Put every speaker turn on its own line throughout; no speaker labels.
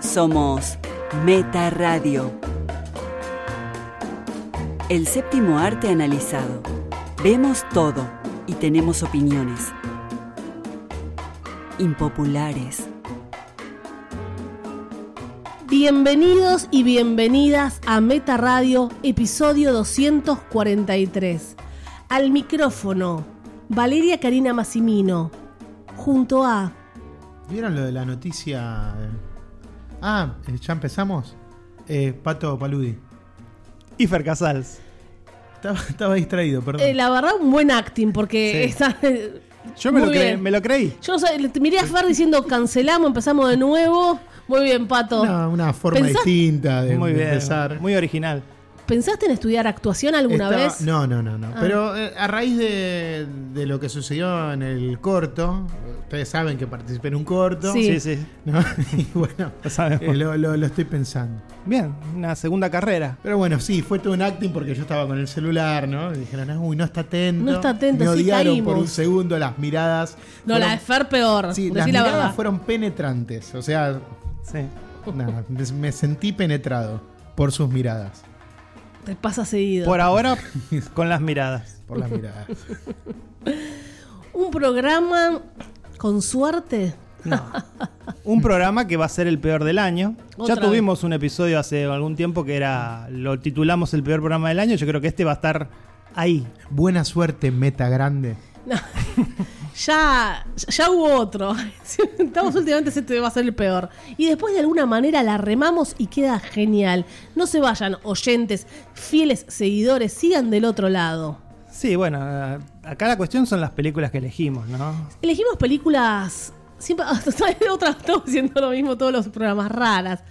Somos Meta Radio. El séptimo arte analizado. Vemos todo y tenemos opiniones. Impopulares.
Bienvenidos y bienvenidas a Meta Radio, episodio 243. Al micrófono, Valeria Karina Massimino, junto a
¿Vieron lo de la noticia? Ah, eh, ya empezamos. Eh, Pato Paludi.
Ifer Casals.
Estaba, estaba distraído, perdón.
Eh, la verdad, un buen acting, porque
Sí.
está.
Yo me
Muy
lo, cre-
bien.
me lo creí.
Yo no sé, le- miré a Fer diciendo cancelamos, empezamos de nuevo. Muy bien, Pato.
Una, una forma
Pensá-
distinta de,
Muy
de
bien.
empezar.
Muy original.
¿Pensaste en estudiar actuación alguna
Estaba-
vez?
No, no, no, no.
Ah.
Pero eh, a raíz de, de lo que sucedió en el corto, ustedes saben que participé en un corto.
Sí.
Sí, sí.
¿no? Y bueno,
Lo sabemos.
eh, lo, lo- lo estoy pensando.
Bien, una segunda carrera.
Pero bueno, sí, fue todo un acting porque yo estaba con el celular, ¿no? Y dijeron, "Ah, uy, no está atento.
No está atento,
Me
sí
odiaron por
caímos.
un segundo las miradas.
No, la de Fer peor.
Sí,
decí la
las miradas
verdad.
fueron penetrantes. O sea,
Sí.
nada, me, me sentí penetrado por sus miradas.
Te pasa seguido.
Por ahora, con las miradas.
Por las miradas.
Un programa con suerte.
No. Un programa que va a ser el peor del año.
Otra
ya tuvimos un episodio hace algún tiempo que era. Lo titulamos el peor programa del año. Yo creo que este va a estar ahí.
Buena suerte, meta grande.
Ya, ya hubo otro. Estamos últimamente, este va a ser el peor. Y después de alguna manera la remamos y queda genial. No se vayan, oyentes, fieles seguidores, sigan del otro lado.
Sí, bueno, eh, acá la cuestión son las películas que elegimos, ¿no?
Elegimos películas. Siempre. Otras estamos diciendo lo mismo todos los programas raras.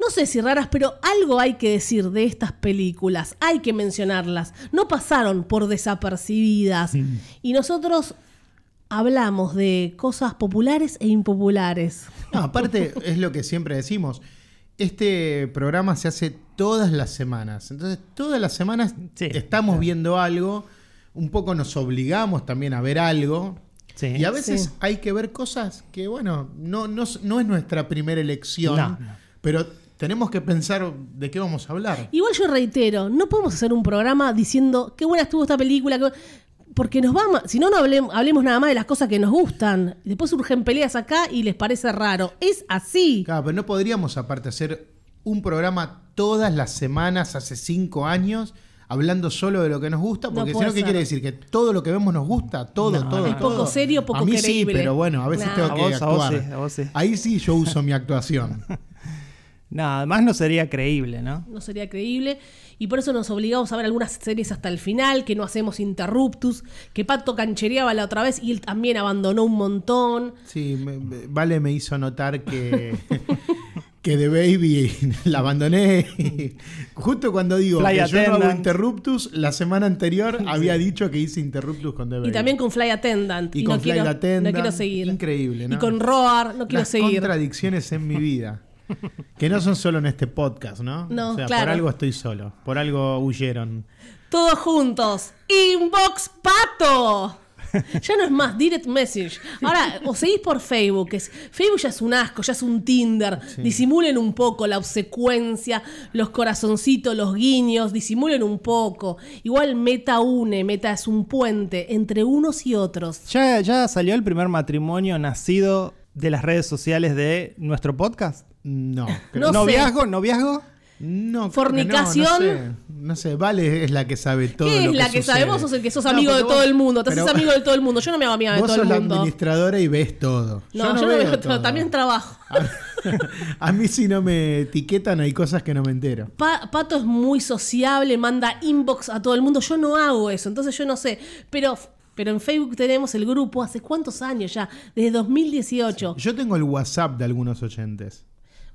No sé si raras, pero algo hay que decir de estas películas. Hay que mencionarlas. No pasaron por desapercibidas. Y nosotros hablamos de cosas populares e impopulares.
No, aparte, es lo que siempre decimos. Este programa se hace todas las semanas. Entonces, todas las semanas
Sí.
estamos viendo algo. Un poco nos obligamos también a ver algo.
Sí.
Y a veces
Sí.
hay que ver cosas que, bueno, no, no, s- no es nuestra primera elección.
No, no.
Pero tenemos que pensar de qué vamos a hablar.
Igual yo reitero, no podemos hacer un programa diciendo qué buena estuvo esta película, qué bu-". porque nos va, a ma- si no no hablemos, hablemos nada más de las cosas que nos gustan. Después surgen peleas acá y les parece raro. Es así.
Claro, pero no podríamos aparte hacer un programa todas las semanas hace cinco años hablando solo de lo que nos gusta,
No
porque si
puede
no, ¿qué
ser.
quiere decir? Que todo lo que vemos nos gusta, todo, todo,
Es
todo.
poco serio, poco
A mí
creíble.
sí, pero bueno, a veces
Nah.
tengo
A
que
vos, a vos
actuar.
sí, a vos sí.
Ahí sí yo uso mi actuación.
No, además no sería creíble, ¿no?
No sería creíble. Y por eso nos obligamos a ver algunas series hasta el final, que no hacemos interruptus, que Pato canchereaba la otra vez y él también abandonó un montón.
Sí, me- me- Vale me hizo notar que, que The Baby la abandoné. Justo cuando digo
Fly
que yo no hago
attendant.
Interruptus, la semana anterior había dicho que hice Interruptus con The Baby.
Y también con Fly Attendant.
Y con
no
Flight
quiero,
Attendant.
No quiero seguir.
Increíble, ¿no?
Y con Roar, no quiero
Las
seguir.
contradicciones en mi vida. Que no son solo en este podcast, ¿no?
No,
o sea,
claro.
por algo estoy solo. Por algo huyeron.
Todos juntos. Inbox Pato. Ya no es más direct message. Ahora, o seguís por Facebook. que Es, Facebook ya es un asco, ya es un Tinder. Disimulen un poco la obsecuencia, los corazoncitos, los guiños. Disimulen un poco. Igual Meta une, Meta es un puente entre unos y otros.
¿Ya, ya salió el primer matrimonio nacido de las redes sociales de nuestro podcast?
No.
No
creo-
sé.
¿Noviazgo?
no,
¿Noviazgo?
creo que no,
Fornicación.
No, sé. No sé, Vale es la que sabe todo.
¿Qué
lo
es la que
sucede.
sabemos? Sos el que sos
No,
amigo
porque
de todo
vos-
el mundo. Te
pero
haces amigo de todo el mundo. Yo no me hago amiga de
Vos
todo
sos
el
la
mundo.
administradora y ves todo.
No, yo no, veo todo. También
trabajo.
trabajo.
A mí si no me etiquetan hay cosas que no me entero.
Pa- Pato es muy sociable, manda inbox a todo el mundo. Yo no hago eso, entonces yo no sé. Pero, pero en Facebook tenemos el grupo hace cuántos años ya, desde 2018.
Yo tengo el WhatsApp de algunos oyentes.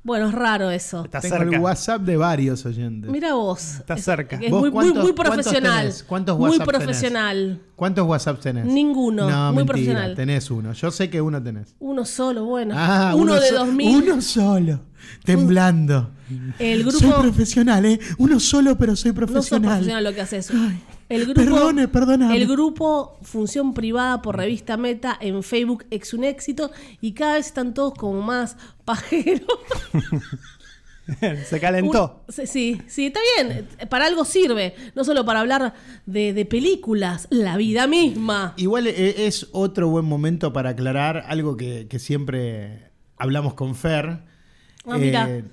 Bueno, es raro eso.
Está
tengo
cerca.
el WhatsApp de varios oyentes.
Mira vos.
Está cerca.
Es
¿Vos
muy, muy,
cuántos-
muy
cuántos
profesional.
tenés? ¿Cuántos
muy
WhatsApp tenés?
profesional.
¿Cuántos WhatsApp tenés?
Ninguno,
No,
muy
mentira,
profesional.
Tenés uno. Yo sé que uno tenés.
Uno solo, bueno.
Ah,
uno, de
so-
2000.
Uno solo. temblando.
El grupo.
Soy profesional, ¿eh? Uno solo, pero soy
No sos
profesional.
profesional lo que haces.
Ay,
El grupo,
perdone, perdóname.
El grupo Función Privada por Revista Meta en Facebook es un éxito y cada vez están todos como más pajeros.
Se calentó.
Un- sí, sí, sí, está bien. Para algo sirve. No solo para hablar de, de películas, la vida misma.
Igual eh, es otro buen momento para aclarar algo que, que siempre hablamos con Fer.
Ah, mira.
Eh,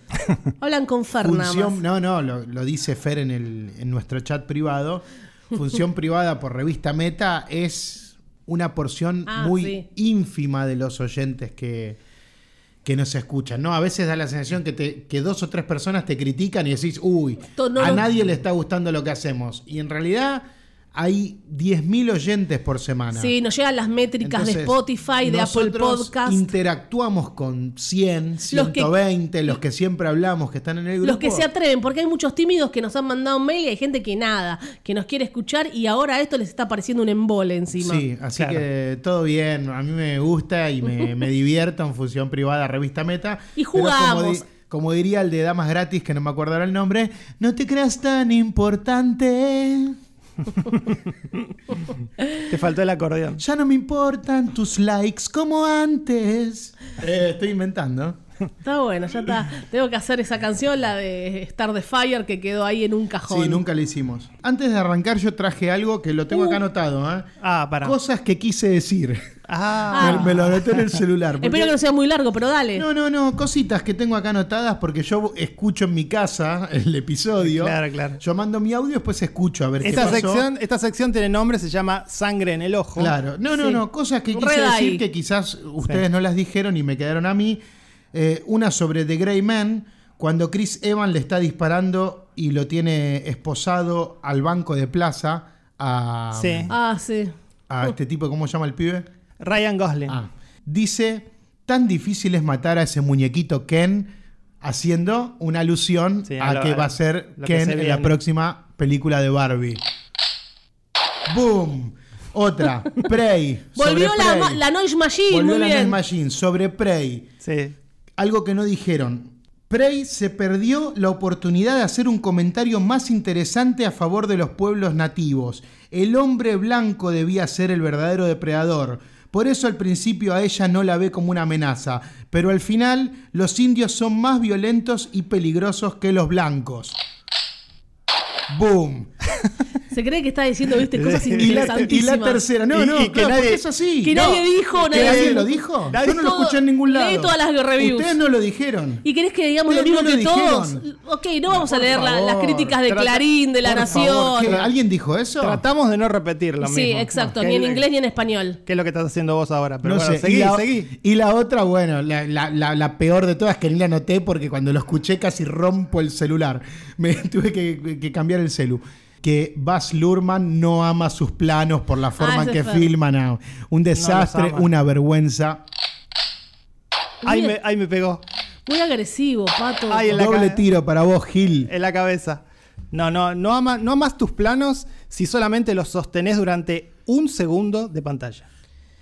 Hablan con Fer nada
Función,
más.
no, no, lo, lo dice Fer en, el, en nuestro chat privado. Función privada por revista Meta es una porción
Ah,
muy
sí.
ínfima de los oyentes que, que nos escuchan. ¿no? A veces da la sensación que, te- que dos o tres personas te critican y decís, uy,
To- no
a
lo-
nadie le está gustando lo que hacemos. Y en realidad hay 10.000 oyentes por semana.
Sí, nos llegan las métricas de
Entonces,
Spotify, de Apple
nosotros
Podcast.
Interactuamos con 100,
Los que-
120, los que, siempre hablamos, que están en el grupo.
Los que se atreven, porque hay muchos tímidos que nos han mandado un mail y hay gente que nada, que nos quiere escuchar y ahora esto les está pareciendo un embole encima.
Sí, así
Claro.
que todo bien. A mí me gusta y me, me divierto en función privada, revista meta.
Y
Pero como
jugamos.
di- como diría el de Damas Gratis, que no me acuerdo ahora el nombre, no te creas tan importante.
Te faltó el acordeón.
Ya no me importan tus likes como antes. Eh, estoy inventando.
Está bueno, ya está. Tengo que hacer esa canción, la de Star de Fire, que quedó ahí en un cajón.
Sí, nunca lo hicimos. Antes de arrancar, yo traje algo que lo tengo
Uh.
acá anotado. ¿eh?
Ah, para.
Cosas que quise decir.
Ah,
Ah.
Me, me lo anoté en el celular. porque-
Espero que no sea muy largo, pero
Eh.
dale.
No, no, no, cositas que tengo acá anotadas porque yo escucho en mi casa el episodio.
Eh, Claro, claro.
Yo mando mi audio, después escucho a ver
esta
qué pasó.
sección, esta sección tiene nombre, se llama Sangre en el Ojo.
Claro. No, no,
Sí.
no, cosas que quise
Red
decir
eye.
que quizás ustedes no las dijeron y me quedaron a mí. Eh, una sobre The Grey Man, cuando Chris Evan le está disparando y lo tiene esposado al banco de plaza a,
Sí.
Ah, sí.
a este tipo, ¿cómo se llama el pibe?
Ryan Gosling.
Ah, dice, tan difícil es matar a ese muñequito Ken, haciendo una alusión
Sí,
a,
a lo-
que va a
a
ser
lo que
Ken
se
en
viene.
la próxima película de Barbie. ¡Boom! Otra, Prey. sobre
Volvió la,
Prey.
ma- la Noise Machine,
Volvió
muy
la Noise
bien.
Machine sobre Prey.
Sí.
Algo que no dijeron. Prey se perdió la oportunidad de hacer un comentario más interesante a favor de los pueblos nativos. El hombre blanco debía ser el verdadero depredador. Por eso al principio a ella no la ve como una amenaza, pero al final los indios son más violentos y peligrosos que los blancos. ¡Boom!
Se cree que está diciendo, viste, cosas
Y la, y la
interesantísimas.
tercera, no,
Y-
no,
y que
claro,
nadie-
porque es así.
que
No,
nadie dijo,
que
nadie-
nadie lo dijo.
Nadie-
Yo no lo
Todo-
escuché en ningún lado.
leí todas las reviews.
Ustedes no lo dijeron.
¿Y querés que digamos lo
Ustedes
mismo
no
que
lo
todos?
dijeron.
Ok, no vamos a
Por
leer la-
favor,
las críticas de
trata-
Clarín, de La
Por
Nación.
favor, ¿qué? ¿Alguien dijo eso?
Tratamos de no repetir lo
Sí,
mismo.
exacto,
Que
ni en
es lo-
inglés ni en español.
Que es lo que estás haciendo vos ahora. Pero
No
bueno,
sé.
seguí,
y, la,
seguí.
y la otra, bueno, la, la- la- la peor de todas que ni la anoté porque cuando lo escuché casi rompo el celular. Me tuve que, que cambiar el celu. Que Baz Luhrmann no ama sus planos por
Ah,
la forma en
ese
que
es verdad.
filman. ah, un desastre,
ama.
una vergüenza.
Ahí
Muy-
me, ahí me pegó.
Muy agresivo, pato.
Ay, En la
Doble
ca-
tiro para vos, Gil.
En la cabeza. No, no, no, ama, no amas tus planos si solamente los sostenés durante un segundo de pantalla.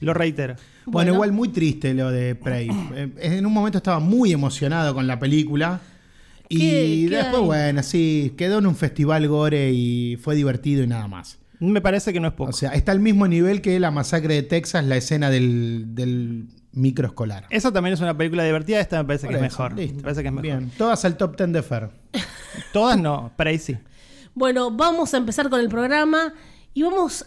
Lo reitero.
Bueno,
Bueno.
igual muy triste lo de Prey. Eh, En un momento estaba muy emocionado con la película. Y
¿Qué- qué
después,
hay?
bueno, sí, quedó en un festival gore y fue divertido y nada más.
Me parece que no es poco.
O sea, está al mismo nivel que la masacre de Texas, la escena del, del microescolar.
Esa también es una película divertida. Esta me parece que es
Por eso,
mejor.
listo.
Me parece que es mejor.
Bien, todas al top 10 de Fer.
Todas no, para ahí sí.
Bueno, vamos a empezar con el programa y vamos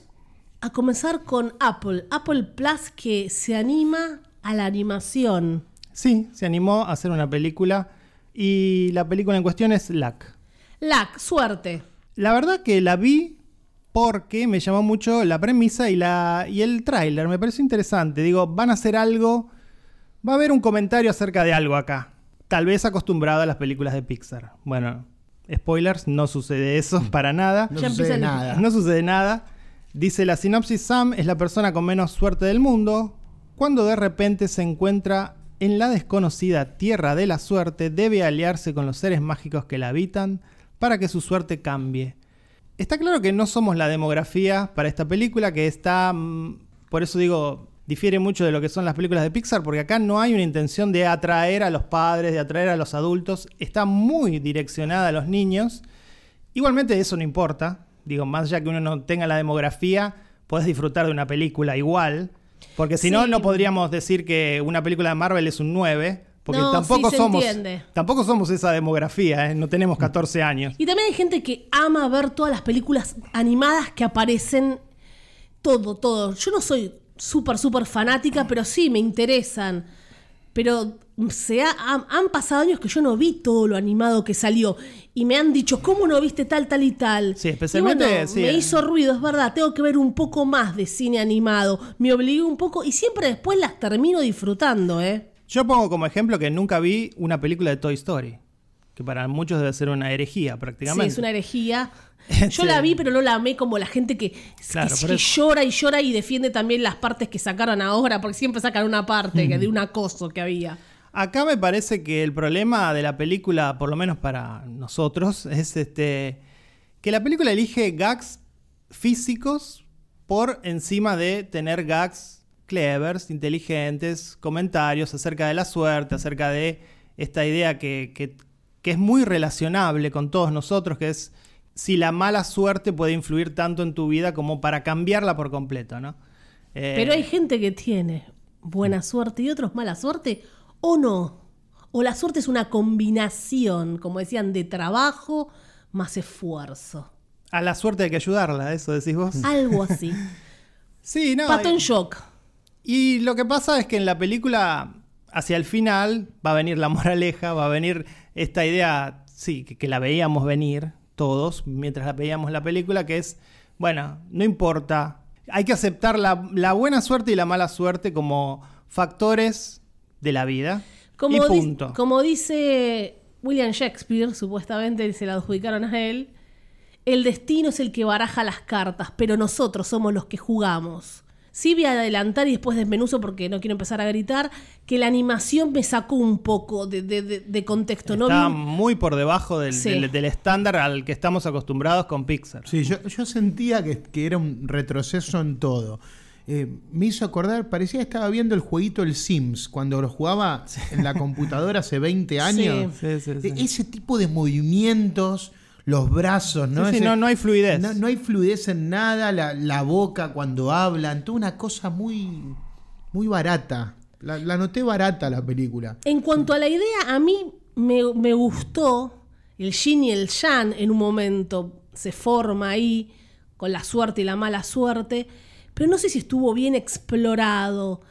a comenzar con Apple. Apple Plus que se anima a la animación.
Sí, se animó a hacer una película y la película en cuestión es Lack.
Lack, suerte.
La verdad que la vi porque me llamó mucho la premisa y, la, y el tráiler, me pareció interesante. Digo, van a hacer algo, va a haber un comentario acerca de algo acá. Tal vez acostumbrado a las películas de Pixar. Bueno, spoilers, no sucede eso para nada.
No
Ya empieza
sucede
el-
nada.
No sucede nada. Dice la sinopsis, Sam es la persona con menos suerte del mundo. Cuando de repente se encuentra en la desconocida Tierra de la Suerte, debe aliarse con los seres mágicos que la habitan para que su suerte cambie. Está claro que no somos la demografía para esta película, que está... mm, Por eso digo, difiere mucho de lo que son las películas de Pixar, porque acá no hay una intención de atraer a los padres, de atraer a los adultos, está muy direccionada a los niños. Igualmente eso no importa, digo, más ya que uno no tenga la demografía, podés disfrutar de una película igual, porque si no,
Sí.
no podríamos decir que una película de Marvel es un 9. Porque
No,
tampoco,
sí se
somos,
entiende. Mm.
tampoco somos esa demografía, ¿eh? no tenemos 14 años.
Y también hay gente que ama ver todas las películas animadas que aparecen. Todo, todo. Yo no soy súper, súper fanática, pero sí me interesan. Pero mm, se ha- han, han pasado años que yo no vi todo lo animado que salió. Y me han dicho, ¿cómo no viste tal, tal y tal?
Sí,
Y
especialmente,
bueno,
sí,
me
eh.
hizo ruido, es verdad. Tengo que ver un poco más de cine animado. Me obligué un poco y siempre después las termino disfrutando, ¿eh?
Yo pongo como ejemplo que nunca vi una película de Toy Story, que para muchos debe ser una herejía
Sí,
prácticamente.
es una herejía. Yo
Sí.
la vi, pero no la amé como la gente que,
Claro,
que-
por
que
eso.
llora y llora y defiende también las partes que sacaron ahora, porque siempre sacan una parte que de un acoso que había.
Acá me parece que el problema de la película, por lo menos para nosotros, es este que la película elige gags físicos por encima de tener gags clevers, inteligentes, comentarios acerca de la suerte, acerca de esta idea que, que- que es muy relacionable con todos nosotros, que es si la mala suerte puede influir tanto en tu vida como para cambiarla por completo, ¿no? Eh,
Pero hay gente que tiene buena suerte y otros mala suerte, o no. O la suerte es una combinación, como decían, de trabajo más esfuerzo.
A la suerte hay que ayudarla, eso decís vos.
Algo así.
Sí, Mm. no.
Ah. Pato
y-
en shock.
Y lo que pasa es que en la película, hacia el final, va a venir la moraleja, va a venir esta idea, sí, que, que la veíamos venir todos mientras la veíamos la película, que es, bueno, no importa, hay que aceptar la, la buena suerte y la mala suerte como factores de la vida. y
Como, di-
punto.
como dice William Shakespeare, supuestamente se la adjudicaron a él, el destino es el que baraja las cartas, pero nosotros somos los que jugamos. Sí voy a adelantar y después desmenuzo porque no quiero empezar a gritar, que la animación me sacó un poco de, de- de- de contexto. ¿no?
Está
Vi-
muy por debajo del,
Sí.
del- del estándar al que estamos acostumbrados con Pixar.
Sí, yo, yo sentía que, que era un retroceso en todo. Eh, me hizo acordar, parecía que estaba viendo el jueguito El Sims, cuando lo jugaba en la computadora hace 20 años.
Sí, sí, sí.
E- Ese tipo de movimientos, los brazos, ¿no?
Sí, sí,
Ese-
no, no hay fluidez.
no, no hay fluidez en nada, la, la boca cuando hablan, toda una cosa muy, muy barata. La, la noté barata la película.
En cuanto a la idea, a mí me, me gustó el yin y el yang en un momento se forma ahí con la suerte y la mala suerte, pero no sé si estuvo bien explorado.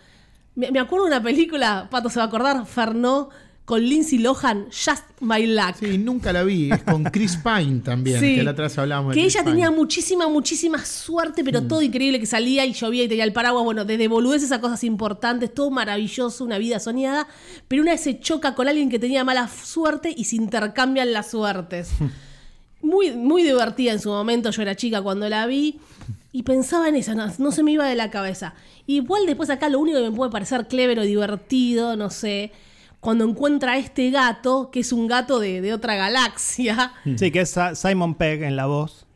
Me, me acuerdo de una película, Pato se va a acordar, Fernó, con Lindsay Lohan, Just My Luck.
Sí, nunca la vi, es con Chris Pine también,
Sí.
que la atrás hablábamos. Mm. de
Que
Chris
ella
Pine.
tenía muchísima, muchísima suerte, pero todo increíble que salía y llovía y tenía el paraguas. Bueno, desde boludeces a cosas importantes, todo maravilloso, una vida soñada. Pero una vez se choca con alguien que tenía mala f- suerte y se intercambian las suertes. Muy, muy divertida en su momento, yo era chica cuando la vi. Y pensaba en eso, no, no se me iba de la cabeza. Igual después acá lo único que me puede parecer clever o divertido, no sé, cuando encuentra a este gato, que es un gato de, de otra galaxia,
Sí, que es Sa- Simon Pegg en la voz.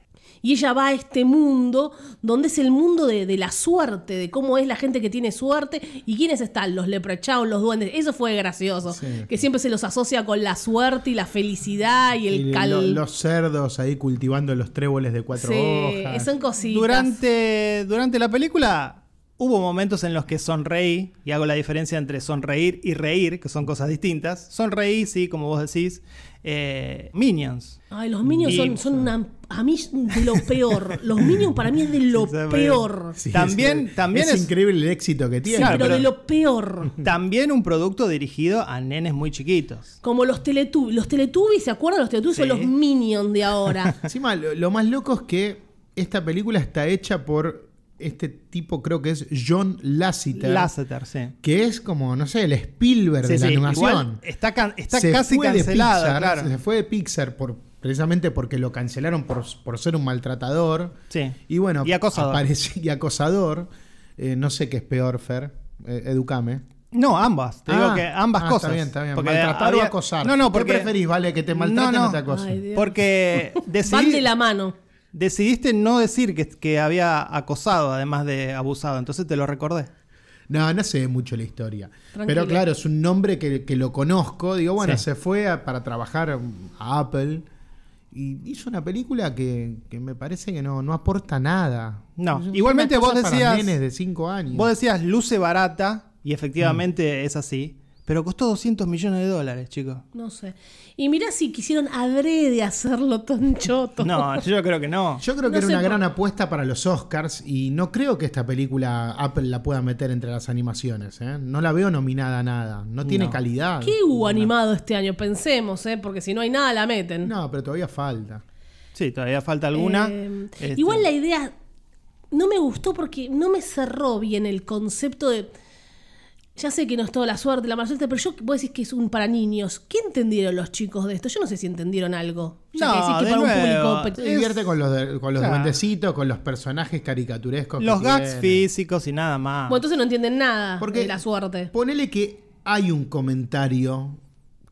y ella va a este mundo, donde es el mundo de, de la suerte, de cómo es la gente que tiene suerte y quiénes están, los leprechaun, los duendes. Eso fue gracioso,
Sí.
que siempre se los asocia con la suerte y la felicidad y el
Y
cal...
lo- los cerdos ahí cultivando los tréboles de cuatro
Sí,
hojas.
son cositas.
Durante, durante la película hubo momentos en los que sonreí, y hago la diferencia entre sonreír y reír, que son cosas distintas. Sonreí, sí, como vos decís. eh, minions.
Ay, los Minions son,
Y-
son una... A mí de lo peor. Los Minions para mí es de lo
Sí, sabe.
peor.
Sí,
También-
es,
también
es
es-
increíble el éxito que tiene.
claro,
pero,
pero-
de lo peor.
Hmm.
También un producto dirigido a nenes muy chiquitos.
Como los Teletubbies. Los Teletubbies, ¿se acuerdan? Los Teletubbies son
Sí.
los Minions de ahora.
Encima, lo, lo más loco es que esta película está hecha por este tipo, creo que es John Lasseter,
Lasseter, sí.
que es como, no sé, el Spielberg
Sí,
de la
sí,
animación.
igual está can- está
Se
casi
fue de
cancelada,
Pixar,
claro.
Se fue de Pixar por, precisamente porque lo cancelaron por, por ser un maltratador.
Sí.
Y bueno,
Y acosador.
aparece- y acosador. Eh, no sé qué es peor, Fer. Eh, educame.
No, ambas. Te digo
Ah,
que ambas
ah,
cosas.
Está bien, está bien.
Porque
Maltratar o
había-
acosar.
No, no,
¿Qué
porque
preferís, vale? ¿Que te maltraten
No, no.
o te acosen?
Ay, Dios.
Porque
Van
decidí-
de la mano.
Decidiste no decir que, que había acosado, además de abusado, entonces te lo recordé.
No, no sé mucho la historia.
Tranquilo.
Pero claro, es un nombre que, que lo conozco. Digo, bueno,
Sí.
se fue a- para trabajar a Apple y hizo una película que, que me parece que no, no aporta nada.
No,
Es una
igualmente vos
cosa Para
decías-
nenes de 5 años.
Vos decías luce barata y efectivamente
Mm.
es así, pero costó 200 millones de dólares, chicos.
No sé. Y mirá si quisieron adrede hacerlo tan choto.
No, yo creo que no.
Yo creo que
No
era
sé
una
por-
gran apuesta para los Oscars y no creo que esta película Apple la pueda meter entre las animaciones. ¿eh? No la veo nominada a nada. No tiene
No.
calidad.
¿Qué hubo animado este año? Pensemos, ¿eh? Porque si no hay nada, la meten.
No, pero todavía falta.
Sí, todavía falta alguna.
Eh,
Este,
Igual la idea no me gustó porque no me cerró bien el concepto de. Ya sé que no es toda la suerte, la mala suerte, pero yo vos decís que es un para niños. ¿Qué entendieron los chicos de esto? Yo no sé si entendieron algo. Ya que
No,
decís que
de nuevo.
pe-
Se
Es-
divierte con los, de- con los
Claro.
duendecitos, con los personajes caricaturescos. que
Los gags
tiene.
físicos y nada más.
Bueno, entonces no entienden nada
Porque-
de la suerte.
Ponele que hay un comentario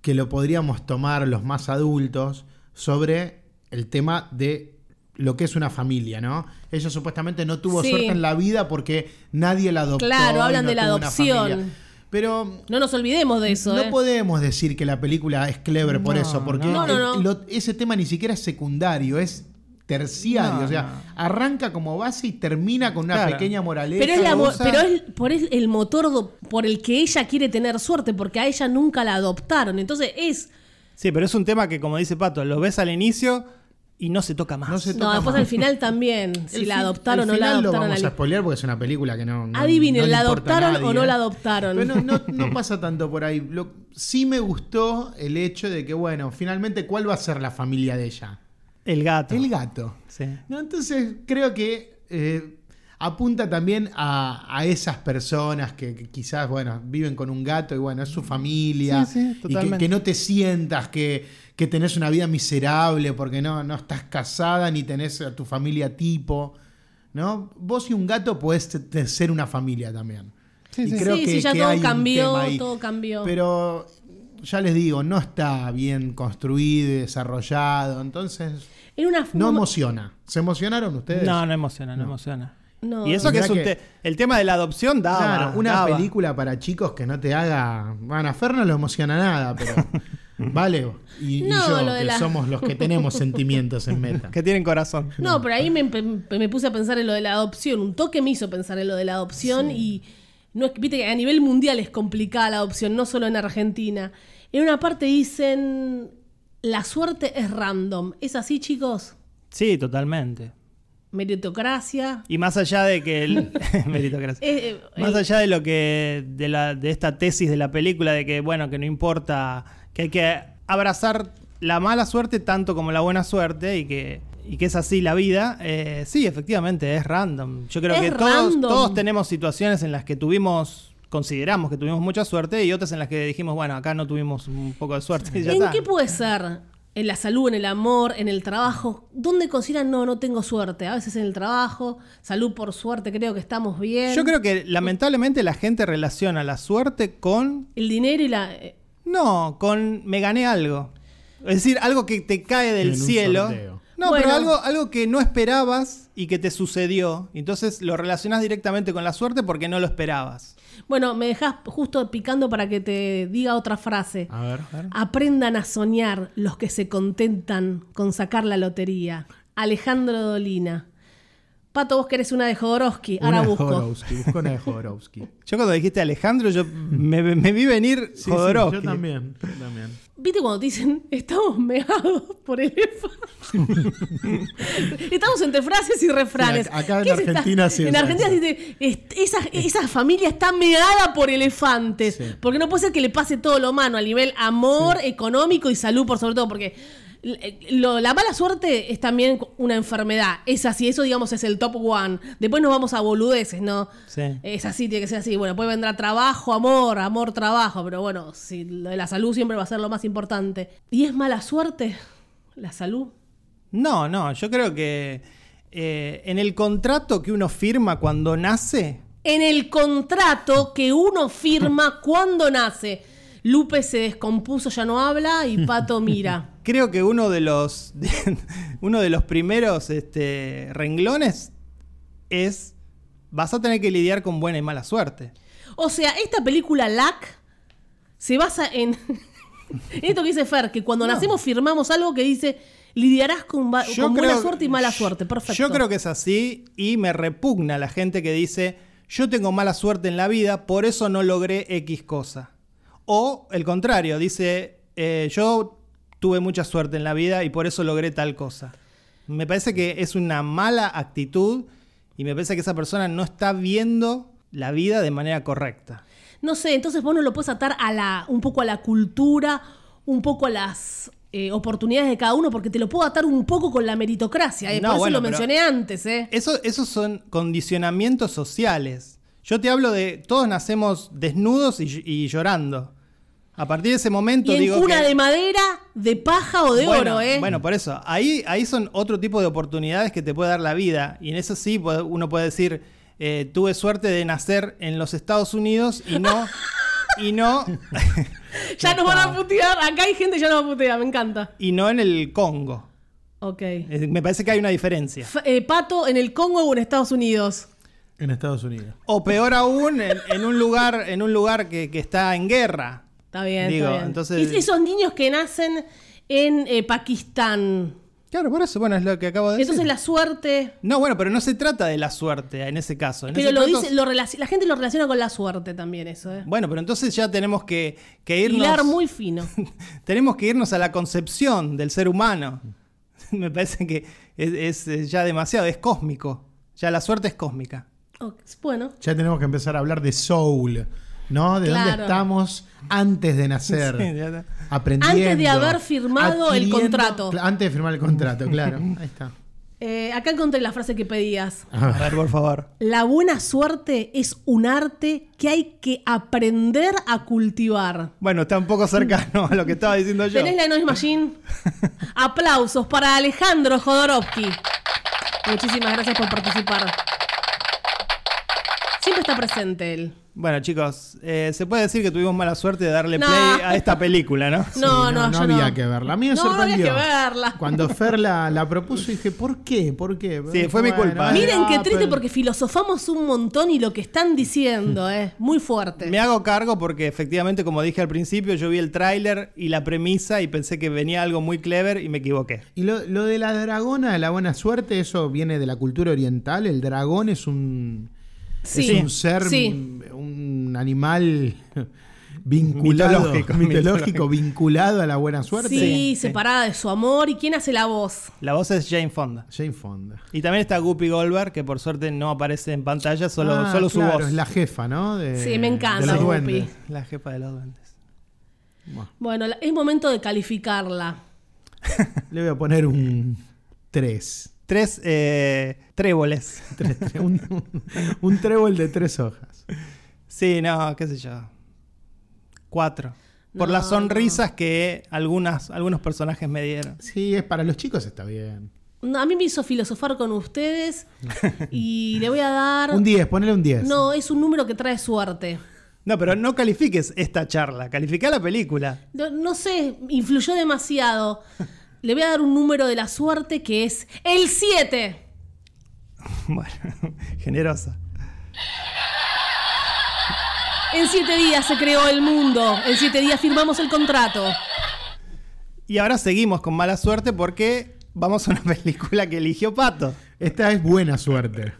que lo podríamos tomar los más adultos sobre el tema de lo que es una familia, ¿no? Ella supuestamente no tuvo
Sí.
suerte en la vida porque nadie la adoptó.
Claro,
y
hablan
no
de la
tuvo una
adopción.
familia. Pero
No nos olvidemos de eso,
no
¿eh?
podemos decir que la película es clever por eso, porque
no. No,
el-
no, no.
lo- ese tema ni siquiera es secundario, es terciario.
No,
o sea,
no.
arranca como base y termina con una
Claro.
pequeña moraleja.
Pero es, la mo-
cosa.
pero es- por es el motor do- por el que ella quiere tener suerte, porque a ella nunca la adoptaron. Entonces es.
Sí, pero es un tema que, como dice Pato, lo ves al inicio y no se toca más.
No se
No,
toca
después
más.
al final también. Si
El
la
fin-
adoptaron
el
o no la
final
adoptaron.
lo vamos
al-
a spoilear porque es una película que no. no
Adivinen,
no le
¿la
importa a
adoptaron o no
¿eh?
la adoptaron?
Pero no, no- no pasa tanto por ahí. Lo- sí me gustó el hecho de que, bueno, finalmente, ¿cuál va a ser la familia de ella?
El gato.
El gato.
Sí.
No, entonces creo que eh, apunta también a, a esas personas que, que quizás, bueno, viven con un gato y bueno, es su familia.
Sí, sí,
Y que-
totalmente.
que, no te sientas que, que tenés una vida miserable porque no, no estás casada ni tenés a tu familia tipo. ¿No? Vos y un gato podés te- te- ser una familia también.
Sí,
Y
sí.
Sí, sí, ya todo cambió, todo cambió.
Pero ya les digo, no está bien construido y desarrollado. Entonces,
Era una
no
forma-
emociona. ¿Se emocionaron ustedes?
No, no emociona, no, emociona.
No.
Y eso que
Mirá
es un
que-
te- el tema de la adopción daba.
Claro, una
daba.
película para chicos que no te haga. Bueno, a Fer no lo emociona nada, pero. vale. Y, y
No,
yo,
lo de
que
la-
somos los que tenemos sentimientos en meta.
Que tienen corazón.
No, pero ahí me, me- me puse a pensar en lo de la adopción. Un toque me hizo pensar en lo de la adopción y no es que viste que a nivel mundial es complicada la adopción, no solo en Argentina. En una parte dicen la suerte es random. ¿Es así, chicos?
Sí, totalmente.
Meritocracia.
Y más allá de que el meritocracia.
Eh, eh,
Más
eh,
allá de lo que de la de esta tesis de la película de que bueno, que no importa, que hay que abrazar la mala suerte tanto como la buena suerte y que y que es así la vida, eh, sí, efectivamente es random. Yo creo
Es
que todos,
random.
todos tenemos situaciones en las que tuvimos consideramos que tuvimos mucha suerte y otras en las que dijimos, bueno, acá no tuvimos un poco de suerte y ya
¿En
está.
qué puede ser? En la salud, en el amor, en el trabajo. ¿Dónde consideran no, no tengo suerte? A veces en el trabajo, salud por suerte, creo que estamos bien.
Yo creo que lamentablemente la gente relaciona la suerte con
El dinero y la. eh,
No, con me gané algo. Es decir, algo que te cae del
En un
cielo.
sorteo.
No,
Bueno.
pero algo, algo que no esperabas y que te sucedió. Entonces lo relacionás directamente con la suerte porque no lo esperabas.
Bueno, me dejas justo picando para que te diga otra frase.
Ah.
A ver.
Aprendan a soñar los que se contentan con sacar la lotería. Alejandro Dolina. Pato, vos querés una de Jodorowsky. Ahora
Una de
busco.
Jodorowsky. Busco una de Jodorowsky. Sí,
Yo cuando dijiste Alejandro, yo me, me vi venir
sí,
Jodorowsky.
yo también. yo también.
¿Viste cuando te dicen estamos meados por el estamos entre frases y refranes.
Sí, ac- acá en
¿Qué es
Argentina sí
En
es
Argentina
eso.
dice, "Est- esa, esa familia está meada por elefantes.
Sí.
Porque no puede ser que le pase todo lo humano a nivel amor, económico y salud, por sobre todo, porque l- eh, lo- la mala suerte es también una enfermedad. Es así, eso digamos es el top one. Después nos vamos a boludeces, ¿no?
Sí.
Es así, tiene que ser así. Bueno, puede vendrá trabajo, amor, amor, trabajo, pero bueno, si lo de la salud siempre va a ser lo más importante. ¿Y es mala suerte la salud?
No, no, yo creo que eh, en el contrato que uno firma cuando nace,
En el contrato que uno firma cuando nace. Lupe se descompuso, ya no habla y Pato mira.
creo que uno de los uno de los primeros este, renglones es vas a tener que lidiar con buena y mala suerte.
O sea, esta película LAC se basa en. en esto que dice Fer, que cuando nacemos firmamos algo que dice lidiarás con, ba- con buena suerte y mala suerte. Perfecto.
Yo creo que es así y me repugna la gente que dice, yo tengo mala suerte en la vida, por eso no logré X cosa. O el contrario, dice, eh, yo tuve mucha suerte en la vida y por eso logré tal cosa. Me parece que es una mala actitud y me parece que esa persona no está viendo la vida de manera correcta.
No sé, entonces vos no lo puedes atar a la, un poco a la cultura, un poco a las eh, oportunidades de cada uno, porque te lo puedo atar un poco con la meritocracia. eh,
No,
por eso
bueno,
lo
pero-
mencioné antes, ¿eh?
Eso- esos son condicionamientos sociales. Yo te hablo de todos nacemos desnudos y, ll- y llorando. A partir de ese momento
Y en
digo
cuna
que-
de madera, de paja o de
bueno,
oro, ¿eh?
Bueno, por eso. Ahí, ahí son otro tipo de oportunidades que te puede dar la vida. Y en eso sí puede- uno puede decir, eh, tuve suerte de nacer en los Estados Unidos y no... y no...
ya nos van a putear. Acá hay gente que ya nos va a putear, me encanta.
y no en el Congo.
Ok.
Eh, Me parece que hay una diferencia.
F- eh, pato en el Congo o en Estados Unidos.
En Estados Unidos.
O peor aún, en, en un lugar, en un lugar que- que está en guerra.
Está bien.
Digo,
está bien.
entonces-
Y esos niños que nacen en eh, Pakistán.
Claro, por eso, bueno, es lo que acabo de
Entonces
decir.
la suerte.
No, bueno, pero no se trata de la suerte en ese caso. En
Pero
ese
lo
trato-
dice, lo relaci- la gente lo relaciona con la suerte también, eso, ¿eh?
Bueno, pero entonces ya tenemos que, que irnos.
Hilar muy fino.
Tenemos que irnos a la concepción del ser humano. Me parece que es, es, eh, ya demasiado, es cósmico. Ya la suerte es cósmica.
Ok, Bueno,
Ya tenemos que empezar a hablar de soul, ¿no? De
Claro.
dónde estamos antes de nacer.
Sí, ya está.
Aprendiendo.
Antes de haber firmado el
adquiriendo-
contrato.
Cla- Antes de firmar el contrato, claro. Ahí está.
eh, acá encontré la frase que pedías.
A
A
ver.
ver, por favor.
La buena suerte es un arte que hay que aprender a cultivar.
Bueno, está un poco cercano a lo que estaba diciendo yo.
¿Tenés la Noise Machine? Aplausos para Alejandro Jodorowsky. Muchísimas gracias por participar. Siempre está presente él.
Bueno, chicos, eh, se puede decir que tuvimos mala suerte de darle
No.
play a esta película, ¿no?
No,
Sí,
no, yo
había
no.
que verla. A mí me
No, había
sorprendió.
que verla.
Cuando Fer la, la propuso, dije, ¿por qué? ¿Por qué?
Sí, fue mi culpa. ¿eh? Ay,
Miren qué
Apple.
triste porque filosofamos un montón y lo que están diciendo es muy fuerte.
Me hago cargo porque efectivamente, como dije al principio, yo vi el tráiler y la premisa y pensé que venía algo muy clever y me equivoqué.
Y lo, lo de la dragona, la buena suerte, eso viene de la cultura oriental. El dragón es un,
Sí,
es un ser,
sí.
un animal vinculado,
Mitológico,
mitológico,
mitológico.
vinculado a la buena suerte.
Sí, separada de su amor. ¿Y quién hace la voz?
La voz es Jane Fonda.
Jane Fonda.
Y también está Guppy Goldberg, que por suerte no aparece en pantalla, solo,
Ah,
solo su
claro,
voz.
es la jefa, ¿no? De-
Sí, me encanta,
de los
Guppy.
duendes.
La jefa de los duendes.
Bueno, la- es momento de calificarla.
Le voy a poner un 3.
Tres eh, tréboles.
un, un- un trébol de tres hojas.
Sí, no, qué sé yo. Cuatro. Por
No,
las sonrisas que algunas, algunos personajes me dieron.
Sí, es para los chicos está bien.
No, A mí me hizo filosofar con ustedes y le voy a dar...
Un 10, ponele un 10.
No, es un número que trae suerte.
No, pero no califiques esta charla, califica la película.
No, no sé, influyó demasiado. Le voy a dar un número de la suerte que es el 7.
Bueno, generosa.
En 7 días se creó el mundo. En 7 días firmamos el contrato.
Y ahora seguimos con mala suerte porque vamos a una película que eligió Pato.
Esta es buena suerte.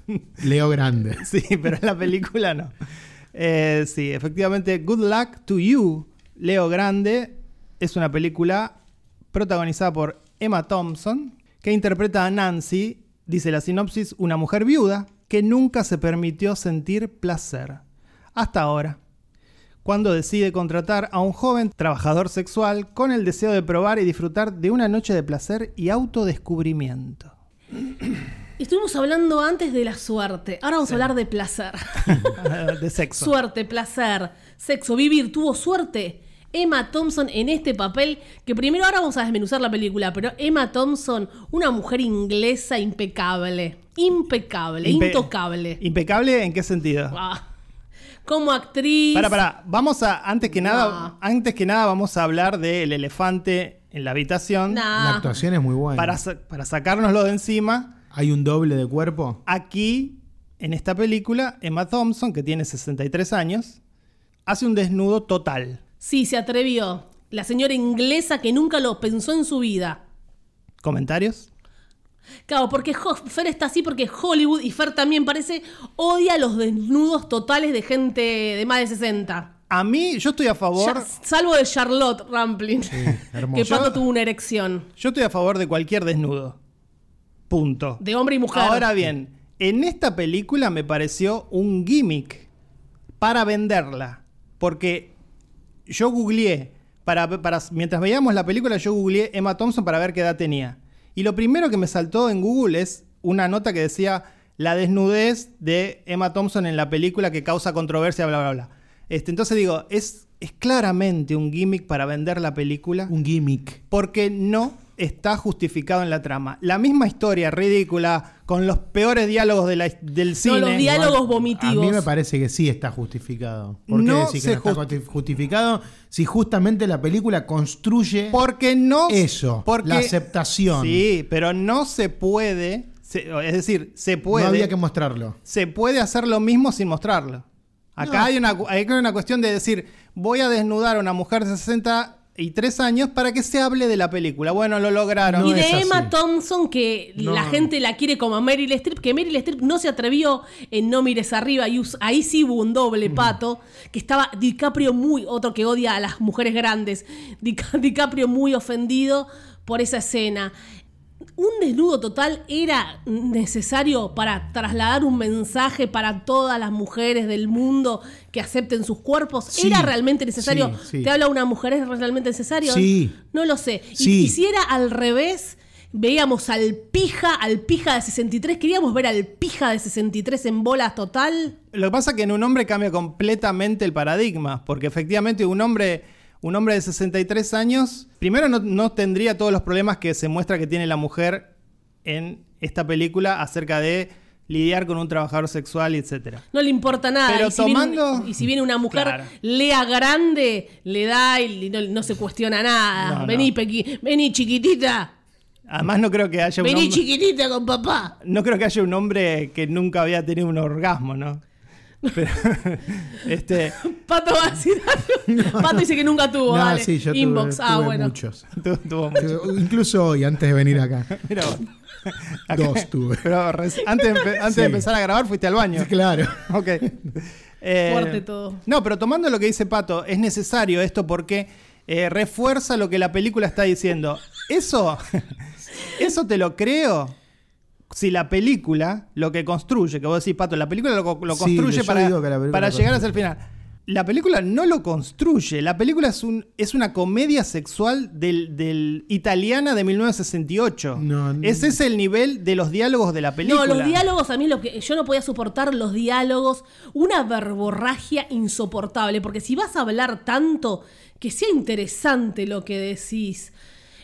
Leo Grande.
Sí, pero en la película no. Eh, sí, efectivamente, Good Luck to You, Leo Grande, es una película protagonizada por Emma Thompson, que interpreta a Nancy, dice la sinopsis, una mujer viuda que nunca se permitió sentir placer. Hasta ahora cuando decide contratar a un joven trabajador sexual con el deseo de probar y disfrutar de una noche de placer y autodescubrimiento.
Estuvimos hablando antes de la suerte. Ahora vamos a hablar de placer.
de sexo.
Suerte, placer, sexo, vivir. Tuvo suerte Emma Thompson en este papel, que primero ahora vamos a desmenuzar la película, pero Emma Thompson, una mujer inglesa impecable. Impecable,
Impe-
intocable.
¿Impecable en qué sentido?
Ah. Como actriz.
Para, para, vamos a, antes que nada,
No.
antes que nada vamos a hablar del elefante en la habitación
Nah.
La actuación es muy buena.
para, sa- para sacárnoslo de encima.
Hay un doble de cuerpo.
Aquí, en esta película, Emma Thompson, que tiene 63 años, hace un desnudo total.
Sí, se atrevió. La señora inglesa que nunca lo pensó en su vida.
¿Comentarios?
Claro, porque Ho- Fer está así porque Hollywood y Fer también parece odia los desnudos totales de gente de más de 60.
A mí, yo estoy a favor.
Ya- salvo de Charlotte Rampling,
hermoso.
que Pato
Yo-
tuvo una erección
Yo estoy a favor de cualquier desnudo. Punto.
de hombre y mujer.
Ahora bien, en esta película me pareció un gimmick para venderla. Porque yo googleé, para, para- mientras veíamos la película, yo googleé Emma Thompson para ver qué edad tenía. Y lo primero que me saltó en Google es una nota que decía la desnudez de Emma Thompson en la película que causa controversia, bla, bla, bla. Este, entonces digo, es, es claramente un gimmick para vender la película
Un gimmick.
porque no está justificado en la trama. La misma historia ridícula, con los peores diálogos de la- del
No,
cine.
los diálogos
A
vomitivos.
mí me parece que sí está justificado. ¿Por qué
No
decir que
se
no está
justi-
justi- justificado si justamente la película construye
Porque no.
eso?
porque-
la aceptación.
Sí, pero no se puede. se- es decir, se puede.
No había que mostrarlo.
Se puede hacer lo mismo sin mostrarlo. Acá
No.
hay, una, cu- hay una cuestión de decir, voy a desnudar a una mujer de 63 años para que se hable de la película. Bueno, lo lograron.
y
No
de
es así.
Emma Thompson, que
No.
la gente la quiere como a Meryl Streep, que Meryl Streep no se atrevió en No Mires Arriba, y us- ahí sí hubo un doble
Mm.
pato, que estaba DiCaprio muy, otro que odia a las mujeres grandes, Dica- DiCaprio muy ofendido por esa escena. Un desnudo total era necesario para trasladar un mensaje para todas las mujeres del mundo que acepten sus cuerpos.
Sí,
¿Era realmente necesario?
sí, sí.
¿Te habla una mujer? ¿Es realmente necesario?
Sí.
No lo sé. Y-
Sí.
y si era al revés, veíamos al pija, al pija de 63. Queríamos ver al pija de 63 en bolas total.
Lo que pasa es que en un hombre cambia completamente el paradigma, porque efectivamente un hombre, un hombre de 63 años, primero no, no tendría todos los problemas que se muestra que tiene la mujer en esta película acerca de lidiar con un trabajador sexual, etcétera.
No le importa nada.
Pero
y si viene-
tomando-
y si viene una mujer,
Claro.
lea grande, le da y no, no se cuestiona nada.
No, no.
vení, pequi- vení chiquitita.
Además no creo que haya un
Vení
hombre,
chiquitita con papá.
no creo que haya un hombre que nunca había tenido un orgasmo, ¿no? Pero, este,
Pato va a decir algo. Pato dice que nunca tuvo.
No,
dale.
sí, yo tuve-
Inbox. ah,
tuve
bueno.
muchos.
tu- tuvo mucho.
Tuve- Incluso hoy, antes de venir acá.
Mira vos.
Dos tuve.
Pero reci- antes, de empe- antes
Sí.
de empezar a grabar fuiste al baño.
Claro.
Ok. Eh,
Fuerte todo.
No, pero tomando lo que dice Pato, es necesario esto porque eh, refuerza lo que la película está diciendo. Eso, eso te lo creo. Si la película, lo que construye, que vos decís, Pato, la película lo, co- lo
Sí,
construye
yo
para,
digo que la película
para
lo
llegar hasta el
construye.
final. La película no lo construye. La película es, un, es una comedia sexual del, del- italiana de 1968.
No, no.
Ese es el nivel de los diálogos de la película.
No, los diálogos a mí es lo que yo no podía soportar los diálogos, una verborragia insoportable, porque si vas a hablar tanto que sea interesante lo que decís.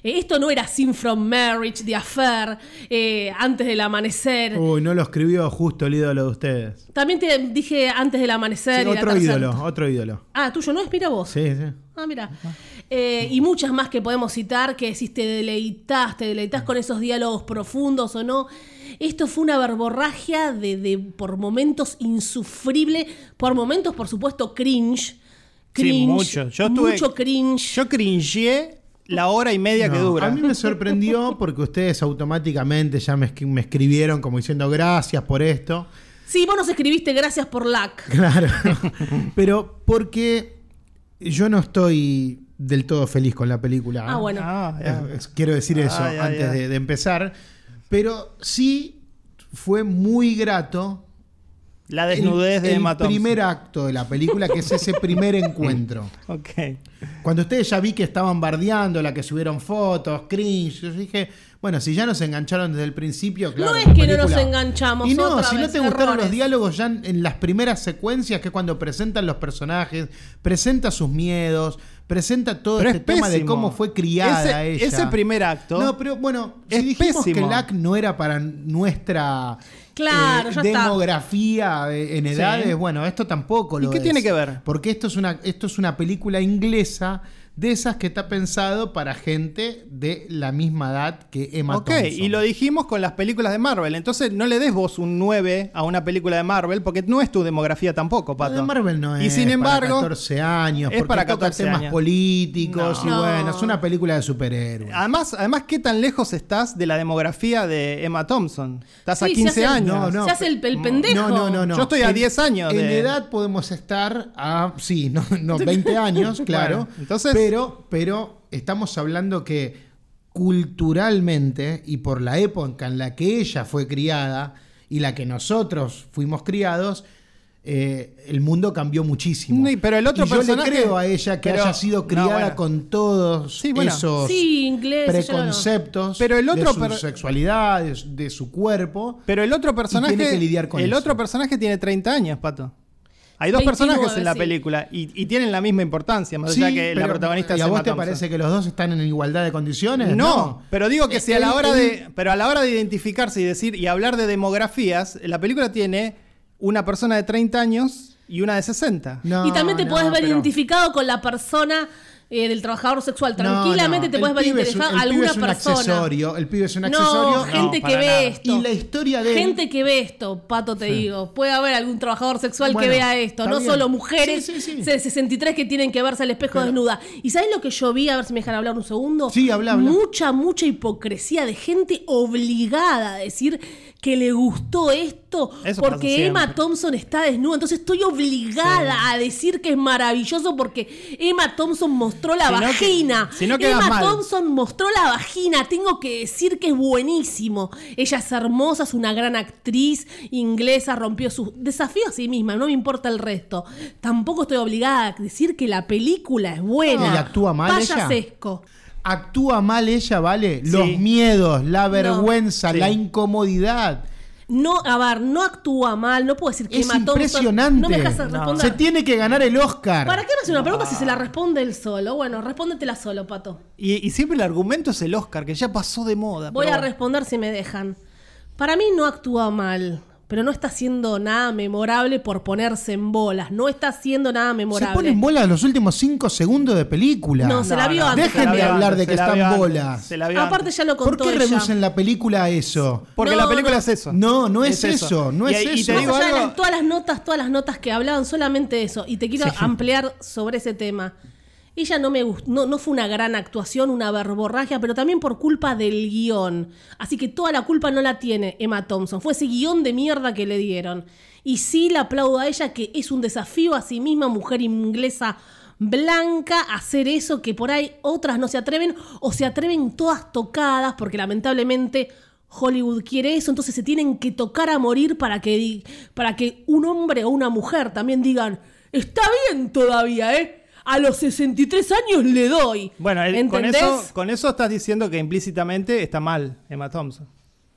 Eh, Esto no era Sin From Marriage, The Affair, eh, Antes del Amanecer.
Uy, no lo escribió justo el ídolo de ustedes.
También te dije Antes del Amanecer.
Sí,
y la
otro
Tarzán.
ídolo, otro ídolo.
Ah, tuyo no es, mira vos.
Sí, sí.
Ah, mira. Eh, y muchas más que podemos citar que si te deleitas, te deleitas con esos diálogos profundos o no. Esto fue una verborragia de, de por momentos insufrible, por momentos, por supuesto, cringe. Cringe,
mucho. Yo estuve-
mucho cringe.
Yo cringeé la hora y media que
No,
dura.
A mí me sorprendió porque ustedes automáticamente ya me, escri- me escribieron como diciendo gracias por esto.
Sí, vos nos escribiste gracias por LAC.
Claro. Pero porque yo no estoy del todo feliz con la película.
Ah, bueno.
Ah, ya.
Eh, es- Quiero decir eso
Ah, ya,
antes
ya.
De, de empezar. Pero sí fue muy grato
La desnudez
el,
de
el
Emma Thompson.
primer acto de la película, que es ese primer encuentro.
Ok.
Cuando ustedes ya vi que estaban bardeando, la que subieron fotos, cringe, yo dije, bueno, si ya nos engancharon desde el principio, claro.
No es que no
película.
nos enganchamos,
Y no,
otra
si no
vez,
te gustaron
errores.
los diálogos ya en, en las primeras secuencias, que es cuando presentan los personajes, presenta sus miedos, presenta todo
Pero
este
es
tema de
pésimo.
cómo fue criada
Ese-
ella.
ese primer acto
No, pero bueno, si
es
dijimos que
pésimo.
LAC no era para nuestra eh,
Claro, ya está.
demografía eh, en edades, bueno, esto tampoco
¿Y
lo
qué
es.
tiene que ver?
Porque esto es una, esto es una película inglesa de esas que está pensado para gente de la misma edad que Emma
ok,
Thompson.
y lo dijimos con las películas de Marvel. Entonces no le des vos un 9 a una película de Marvel porque no es tu demografía tampoco,
Lo
Pato.
de Marvel no es.
Y sin embargo,
Para 14 años,
es
porque
para
toca
14
temas
años.
políticos y
No.
bueno, es una película de superhéroes.
además, además, ¿qué tan lejos estás de la demografía de Emma Thompson? Estás a
Sí, se
15
hace-
años.
No, no.
Se hace el, el pendejo.
No, no, no, no.
Yo estoy a
En-
10 años
En
de-
edad podemos estar a, sí, no, no, 20 años, claro.
Bueno, entonces-
Pero, pero estamos hablando que culturalmente y por la época en la que ella fue criada y la que nosotros fuimos criados, eh, el mundo cambió muchísimo.
No, y- pero el otro
Y yo le
personaje-
creo a ella que
pero-
haya sido
no,
criada
bueno.
con todos
Sí, bueno.
esos
Sí, inglés. eso ya lo-
preconceptos
Pero el otro
de su
per-
sexualidad, de, su- de su cuerpo.
Pero el otro personaje.
tiene que lidiar con
El
eso.
otro personaje tiene 30 años, pato. Hay dos
29,
personajes en la
sí.
película y, y tienen la misma importancia, más
Sí,
allá que la
pero,
protagonista
¿Y
es
a vos
Emma
te
Thompson.
parece que los dos están en igualdad de condiciones?
No, pero digo que
Eh,
si a la
él-
hora
él-
de. Pero a la hora de identificarse y decir y hablar de demografías, la película tiene una persona de 30 años y una de 60.
No,
y también te
no,
puedes ver
pero-
identificado con la persona eh, del trabajador sexual.
No, no,
Tranquilamente te
el
puedes ver
pibe es un-
identificado
el
a
pibe
alguna
es un
persona.
Accesorio, el pibe es un accesorio.
No, gente que
para
ve
nada.
esto.
Y la historia de él-
Gente que ve esto, Pato, te digo. Puede haber algún trabajador sexual
Bueno,
que vea esto.
está
No
bien.
solo mujeres
Sí, sí, sí.
de 63 que tienen que verse al espejo desnuda. ¿Y sabes lo que yo vi? A ver si me dejan hablar un segundo.
Sí, habla, habla.
Mucha, mucha hipocresía de gente obligada a decir que le gustó esto
Eso pasa
porque Emma
siempre.
Thompson está desnuda. Entonces estoy obligada a decir que es maravilloso porque Emma Thompson mostró la
Si no que-
vagina.
si no quedas
Emma
mal.
Thompson Thompson mostró la vagina, tengo que decir que es buenísimo. Ella es hermosa, es una gran actriz inglesa, rompió sus desafíos a sí misma, no me importa el resto. Tampoco estoy obligada a decir que la película es buena.
No, ¿y actúa mal ella?
Payasesco.
Actúa mal ella, ¿vale? Los miedos, la vergüenza,
Sí.
la incomodidad.
No, a ver, no actúa mal, no puedo decir que
Es
Emma Thompson-
impresionante.
No me dejas responder.
Se tiene que ganar el Oscar.
¿Para qué me hace una pregunta si se la responde él solo? Bueno, respóndetela solo, Pato.
Y, y siempre el argumento es el Oscar, que ya pasó de
Ah,
moda.
Voy
pero
a
bueno.
responder si me dejan. Para mí no actúa mal, pero no está haciendo nada memorable por ponerse en bolas. No está haciendo nada
Se
memorable.
ponen bolas los últimos 5 segundos de película.
No, se la vio antes.
Dejen
Se la
de
vio
hablar de
antes,
que
se la
están
vio antes,
bolas.
se la vio
Aparte
antes.
ya lo
¿Por
contó
qué
ella.
reducen la película a eso?
Porque
No,
la película
no.
es eso.
No, no es eso, no
Y-
es
y
eso.
te
Más
digo
allá de
algo,
las- todas las notas, todas las notas que hablaban, solamente eso. Y te quiero ampliar sobre ese tema. Ella no me gust- no, no fue una gran actuación, una verborragia, pero también por culpa del guión. Así que toda la culpa no la tiene Emma Thompson. Fue ese guión de mierda que le dieron. Y sí la aplaudo a ella que es un desafío a sí misma, mujer inglesa blanca, a hacer eso que por ahí otras no se atreven o se atreven todas tocadas, porque lamentablemente Hollywood quiere eso, entonces se tienen que tocar a morir para que, di- para que un hombre o una mujer también digan, está bien todavía, ¿eh? A los 63 años le doy.
Bueno, el- con,
¿Entendés?
eso, con eso estás diciendo que implícitamente está mal Emma Thompson.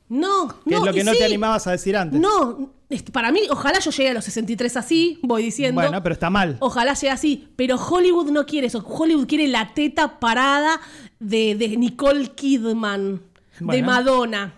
No,
Que
no,
es lo
y
que no
sí,
te animabas a decir antes.
No, este, para mí, ojalá yo llegue a los 63 así, voy diciendo.
Bueno, pero está mal.
Ojalá sea así, pero Hollywood no quiere eso. Hollywood quiere la teta parada de, de Nicole Kidman, de
Bueno.
Madonna,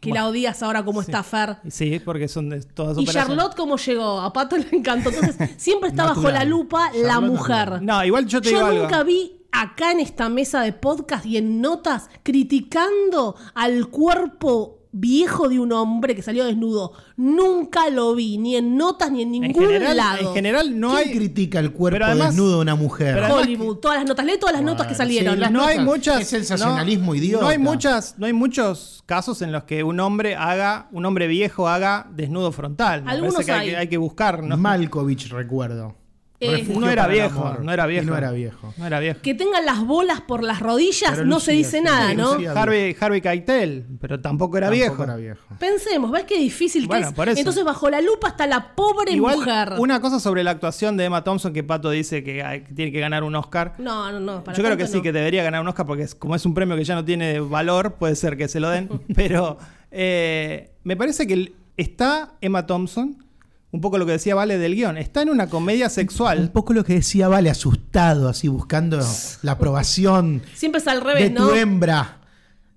que
Bueno.
la odias ahora como está Fer.
Sí, porque son de, todas
Y
operaciones.
Charlotte como llegó, a Pato le encantó. Entonces, siempre está bajo
Natural.
la lupa la
Charlotte
mujer.
No, igual yo te
Yo
digo
nunca
algo.
vi acá en esta mesa de podcast y en notas criticando al cuerpo viejo de un hombre que salió desnudo. Nunca lo vi, ni en notas ni en
en
ningún
general,
lado.
en general no
¿Quién
hay
critica el cuerpo
Pero además-
desnudo de una mujer?
pero además-
Hollywood, todas las notas, lee todas las notas que salieron.
sí, las
no hay
notas.
muchas
Es sensacionalismo
no,
idiota.
No hay muchas, no hay muchos casos en los que un hombre haga, un hombre viejo haga desnudo frontal. Me
Algunos
parece que hay,
hay.
que hay que buscar. ¿no?
Malkovich, recuerdo.
Eh,
Refugio
No era
para el
viejo,
amor.
no era viejo.
Y No era viejo.
No era viejo.
Que tengan las bolas por las rodillas
Pero
no
Lucía,
se dice
sí,
nada,
sí,
¿no?
Lucía.
Harvey, Harvey Keitel, pero tampoco era
Tampoco
viejo.
era viejo.
Pensemos, ¿ves qué difícil que
Bueno,
es?
por eso.
Entonces bajo la lupa está la pobre
Igual,
mujer.
una cosa sobre la actuación de Emma Thompson que Pato dice que hay- que tiene que ganar un Oscar.
No, no, no. para
Yo creo que
tanto
sí,
no.
que debería ganar un Oscar porque es- como es un premio que ya no tiene valor, puede ser que se lo den. pero eh, me parece que el- está Emma Thompson, un poco lo que decía Vale del guión, está en una comedia
Un
sexual.
poco lo que decía Vale, asustado, así buscando la aprobación
Siempre es al
de
revés,
tu
¿no?
hembra.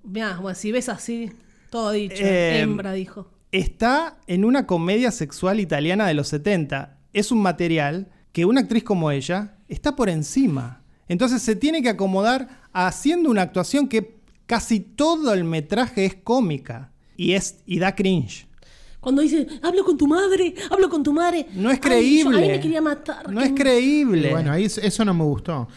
Mirá, bueno, si ves así, todo dicho.
Eh,
Hembra, dijo.
Está en una comedia sexual italiana de los 70. Es un material que una actriz como ella está por encima. Entonces se tiene que acomodar haciendo una actuación que casi todo el metraje es cómica y, es, y da cringe.
Cuando dice, hablo con tu madre, hablo con tu madre.
No
Ay,
es
yo-
creíble.
a mí me quería matar.
No es creíble.
Bueno, ahí es- eso no me gustó.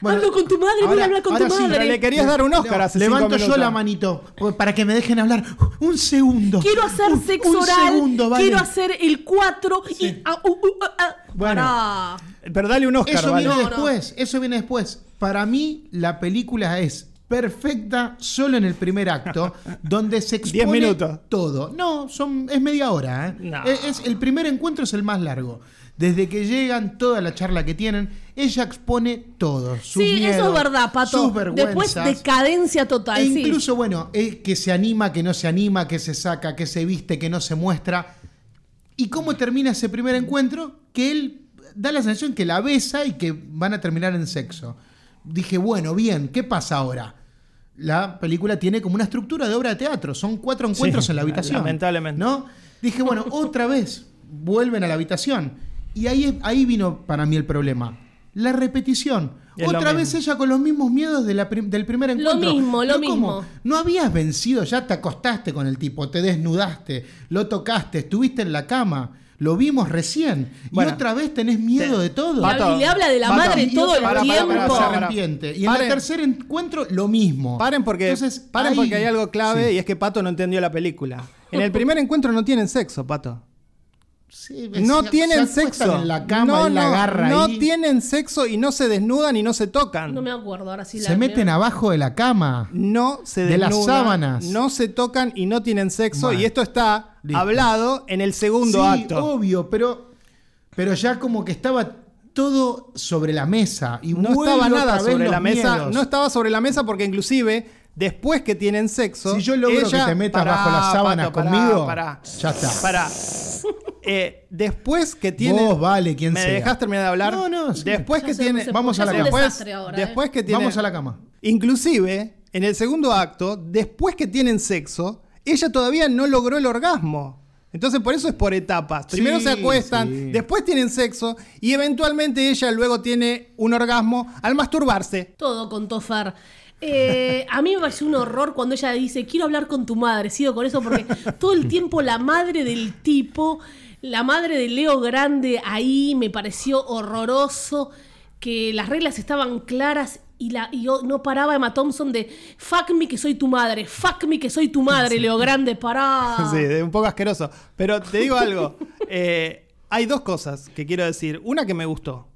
Bueno,
hablo con tu madre, voy a
ahora-
hablar con tu
ahora sí,
madre.
pero le querías dar un Oscar hace cinco
Levanto yo
minutos.
la manito para que me dejen hablar un segundo.
Quiero hacer
Un-
sexo
un
oral,
segundo, vale.
quiero hacer el 4 y... ah, uh, uh, ah, ah.
Bueno.
Pará.
Pero dale un Oscar,
Eso
¿vale?
No,
viene
no.
después, eso viene después. Para mí, la película es perfecta solo en el primer acto, donde se expone
Diez minutos.
todo. No, son, es media hora. ¿eh?
No.
Es, es- el primer encuentro es el más largo. Desde que llegan, toda la charla que tienen, ella expone todo. sus
sí, eso
miedos,
es verdad, Pato.
Sus
Después
vergüenzas.
decadencia total.
E
sí.
incluso, bueno, eh, que se anima, que no se anima, que se saca, que se viste, que no se muestra. ¿Y cómo termina ese primer encuentro? Que él da la sensación que la besa y que van a terminar en sexo. Dije, bueno, bien, ¿qué pasa ahora? La película tiene como una estructura de obra de teatro. Son cuatro encuentros en la habitación.
lamentablemente.
¿No? Dije, bueno, otra vez vuelven a la habitación. Y ahí, ahí vino para mí el problema. La repetición.
Es lo
otra
mismo.
vez ella con los mismos miedos de la prim- del primer
Lo
encuentro.
mismo, lo
Pero ¿cómo?
mismo.
No habías vencido, ya te acostaste con el tipo, te desnudaste, lo tocaste, estuviste en la cama, lo vimos recién.
Bueno.
y otra vez tenés miedo
Te-
de todo.
Pato,
Y le habla de la
Pato,
madre
Y
todo el
otra vez
tiempo.
pará,
se
pará, pará.
arrepiente. Y en
Paren.
el tercer encuentro, lo mismo.
Paren porque,
Entonces,
paren
ahí-
porque hay algo clave
Sí.
y es que Pato no entendió la película. En el primer encuentro no tienen sexo, Pato.
Sí,
No
se-
tienen
se Pues acuestan
sexo.
En la cama,
no,
él la
no,
agarra
no
ahí.
tienen sexo y no se desnudan y no se tocan.
No me acuerdo, ahora sí la...
Se meten abajo de la cama.
no se
De las
desnudan,
sábanas.
no se tocan y no tienen sexo
Bueno.
y esto está
Listo.
hablado en el
sí,
segundo
uh,
acto.
obvio, pero, pero ya como que estaba todo sobre la mesa. Y
No
vuelve
estaba
otra
nada
vez
sobre
los
la mesa,
miedos.
no estaba sobre la mesa porque inclusive después que tienen sexo,
Si yo logro
ella-
que te metas
Pará,
bajo las sábanas
Pato, pará,
conmigo,
pará.
ya está.
Pará. Eh, después que tienen
Vos vale, quien
¿Me
sea.
dejas terminar de hablar?
No, no, sí.
Después
Ya
que
sé,
tiene.
se-
Vamos a la
ya
cama.
es un desastre ahora, ¿eh?
después que tiene.
Vamos a la cama.
Inclusive, en el segundo acto, después que tienen sexo, ella todavía no logró el orgasmo. Entonces, por eso es por etapas. Primero
Sí,
se acuestan,
sí.
después tienen sexo y eventualmente ella luego tiene un orgasmo al masturbarse.
Todo con Tofar. Eh, a mí me pareció un horror cuando ella dice, quiero hablar con tu madre, sigo con eso, porque todo el tiempo la madre del tipo, la madre de Leo Grande ahí, me pareció horroroso, que las reglas estaban claras y, la, y yo no paraba Emma Thompson de, fuck me que soy tu madre, fuck me que soy tu madre, Leo Grande, pará.
Sí, de- un poco asqueroso. Pero te digo algo. eh, hay dos cosas que quiero decir. Una que me gustó.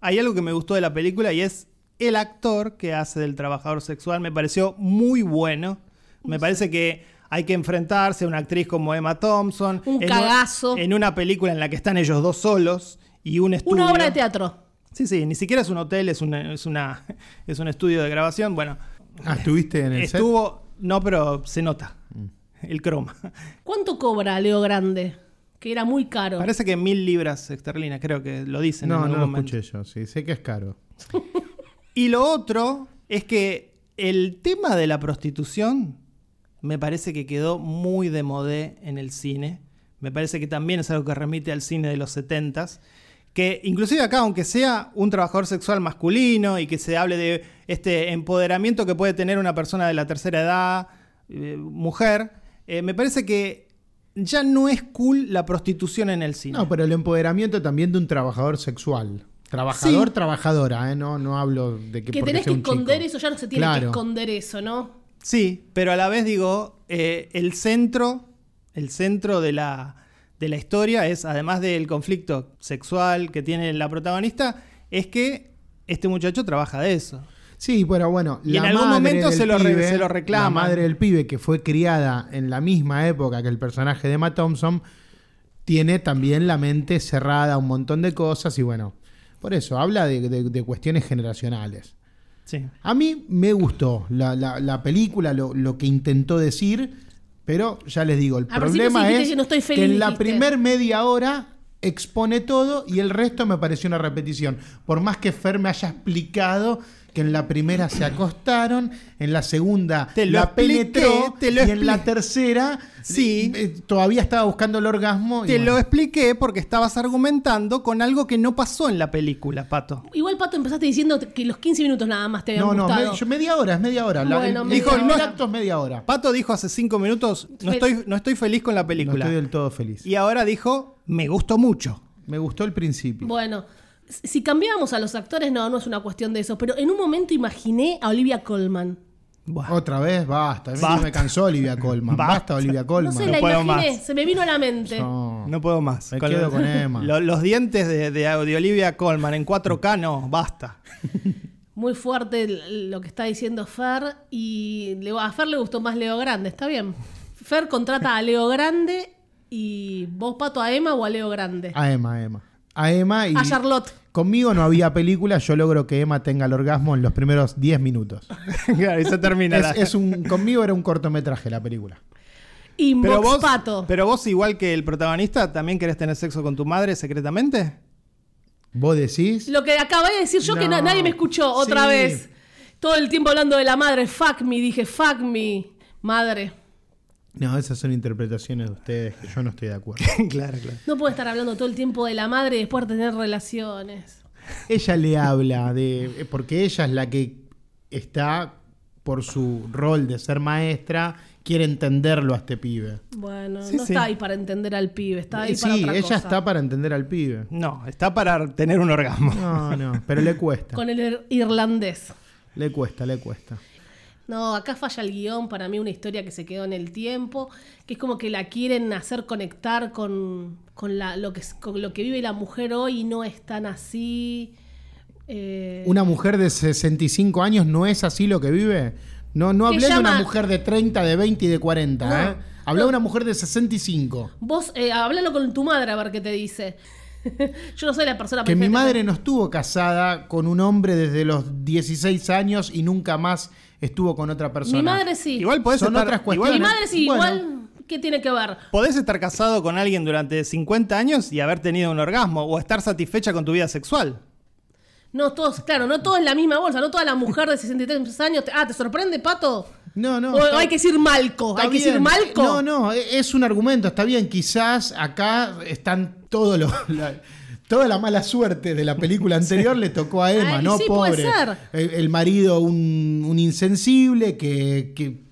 Hay algo que me gustó de la película y es el actor que hace del trabajador sexual. Me pareció muy bueno. Me parece que hay que enfrentarse a una actriz como Emma Thompson.
Un
en
cagazo.
en una película en la que están ellos dos solos y un estudio.
Una obra de teatro.
Sí, sí. Ni siquiera es un hotel, es, una, es, una, es un estudio de grabación. Bueno,
Ah, estuviste en el set.
estuvo... No, pero se nota. El croma.
¿Cuánto cobra Leo Grande? Que era muy caro.
Parece que mil libras esterlinas, creo que lo dicen. en
No,
algún
no lo
momento.
escuché yo, sí, sé que es caro.
Y lo otro es que el tema de la prostitución me parece que quedó muy de modé en el cine. Me parece que también es algo que remite al cine de los 70s. Que inclusive acá, aunque sea un trabajador sexual masculino y que se hable de este empoderamiento que puede tener una persona de la tercera edad, eh, mujer, eh, me parece que ya no es cool la prostitución en el cine.
No, pero el empoderamiento también de un trabajador sexual. Trabajador,
Sí.
trabajadora, ¿eh? no, no hablo de que
que
porque
tenés que
sea un chico.
esconder eso, ya no se tiene que
Claro.
esconder eso, ¿no?
Sí, pero a la vez digo, eh, el centro, el centro de la, de la historia es, además del conflicto sexual que tiene la protagonista, es que este muchacho trabaja de eso.
Sí, pero bueno,
Y
la
en algún
madre
momento
del
se lo re-
pibe,
se lo reclaman.
La madre del pibe que fue criada en la misma época que el personaje de Matt Thompson tiene también la mente cerrada a un montón de cosas y bueno, por eso habla de, de- de cuestiones generacionales.
Sí.
A mí me gustó la, la- la película, lo, lo que intentó decir, pero ya les digo, el
Al principio
problema
sí dijiste
es
que Ah, no estoy feliz,
en la
dijiste.
primer media hora expone todo y el resto me pareció una repetición. Por más que Fer me haya explicado que en la primera se acostaron, en la segunda
Te lo
la
expliqué,
penetró
te lo
y en la
expliqué.
tercera
Sí.
eh, todavía estaba buscando el orgasmo. y
Te
bueno.
lo expliqué porque estabas argumentando con algo que no pasó en la película, Pato.
Igual, Pato, empezaste diciendo que los 15 minutos nada más te habían
No, no,
gustado.
me- yo- media hora, es media hora. La-
Bueno,
el-
media
el
hora.
acto es media hora.
Pato dijo hace cinco minutos, no
Fe-
estoy, no estoy feliz con la
No
película.
estoy del todo feliz.
Y ahora dijo, me gustó mucho.
Me gustó el principio.
Bueno, si si cambiábamos a los actores, no, no es una cuestión de eso. Pero en un momento imaginé a Olivia Colman.
Buah.
Otra vez, basta. A mí ya
Basta.
me cansó Olivia Colman.
Basta.
Basta, Olivia Colman.
No sé,
No
la
puedo
imaginé,
más.
se me vino a la mente.
No.
No puedo más.
Me quedo con Emma.
lo- los dientes de, de, de Olivia Colman en 4K, no, basta.
Muy fuerte l- lo que está diciendo Fer. Y le- a Fer le gustó más Leo Grande, está bien. Fer contrata a Leo Grande y vos, Pato, a Emma o a Leo Grande.
A Emma, a Emma. A Emma y.
A Charlotte.
Conmigo no había película, yo logro que Emma tenga el orgasmo en los primeros 10 minutos.
Claro, y se termina. la-
Es, es un, conmigo era un cortometraje la película.
Y
pero
Vox
vos,
Pato.
pero vos, igual que el protagonista, ¿también querés tener sexo con tu madre secretamente?
¿Vos decís?
Lo que acabé de decir yo que na-
No.
nadie me escuchó otra
Sí.
vez. Todo el tiempo hablando de la madre. Fuck me, dije, fuck me. Madre.
No, esas son interpretaciones de ustedes que yo no estoy de acuerdo.
claro, claro.
No puede estar hablando todo el tiempo de la madre y después tener relaciones.
ella le habla de. Porque ella es la que está por su rol de ser maestra, quiere entenderlo a este pibe.
Bueno,
Sí,
no
sí.
está ahí para entender al pibe, está ahí
Eh, sí,
para otra
ella
cosa.
está para entender al pibe.
No, está para tener un orgasmo.
No, no, pero le cuesta.
Con el ir- irlandés.
Le cuesta, le cuesta.
No, acá falla el guión, para mí una historia que se quedó en el tiempo, que es como que la quieren hacer conectar con, con la, lo, que, es- con lo que vive la mujer hoy y no es tan así. Eh,
¿Una mujer de 65 años no es así lo que vive? No, no
Que
hablé de una
llama-
mujer de 30, de 20 y de 40,
No,
¿eh? Hablé de una mujer de 65.
Vos, eh, háblalo con tu madre a ver qué te dice. Yo no soy la persona
Que mi
perfecta,
madre no estuvo casada con un hombre desde los 16 años y nunca más estuvo con otra
pero-
persona.
Mi madre sí.
Igual podés
Son
estar,
otras
igual-
mi
cuestiones.
madre sí,
Bueno.
igual, ¿qué tiene que ver?
podés estar casado con alguien durante 50 años y haber tenido un orgasmo o estar satisfecha con tu vida sexual.
No todos, claro, no todos en la misma bolsa, no toda la mujer de 63 años. te- ah, ¿te sorprende, Pato?
No, no.
o
está-
hay que decir Malco,
está
hay que decir
bien.
Malco.
No, no, e- es un argumento, está bien. Quizás acá están todos los. la- Toda la mala suerte de la película anterior le tocó a Emma,
Ay,
¿no?
sí, puede
Pobre.
ser.
El, el marido, un, un insensible que, que-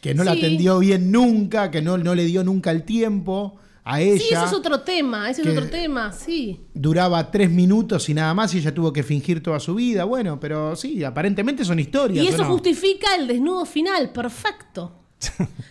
que no la
Sí.
atendió bien nunca, que no, no le dio nunca el tiempo a ella.
sí, ese es otro tema, ese
que-
es otro tema, sí.
Duraba tres minutos y nada más y ella tuvo que fingir toda su vida. Bueno, pero sí, aparentemente son historias.
Y
¿o
eso
no?
justifica el desnudo final, perfecto.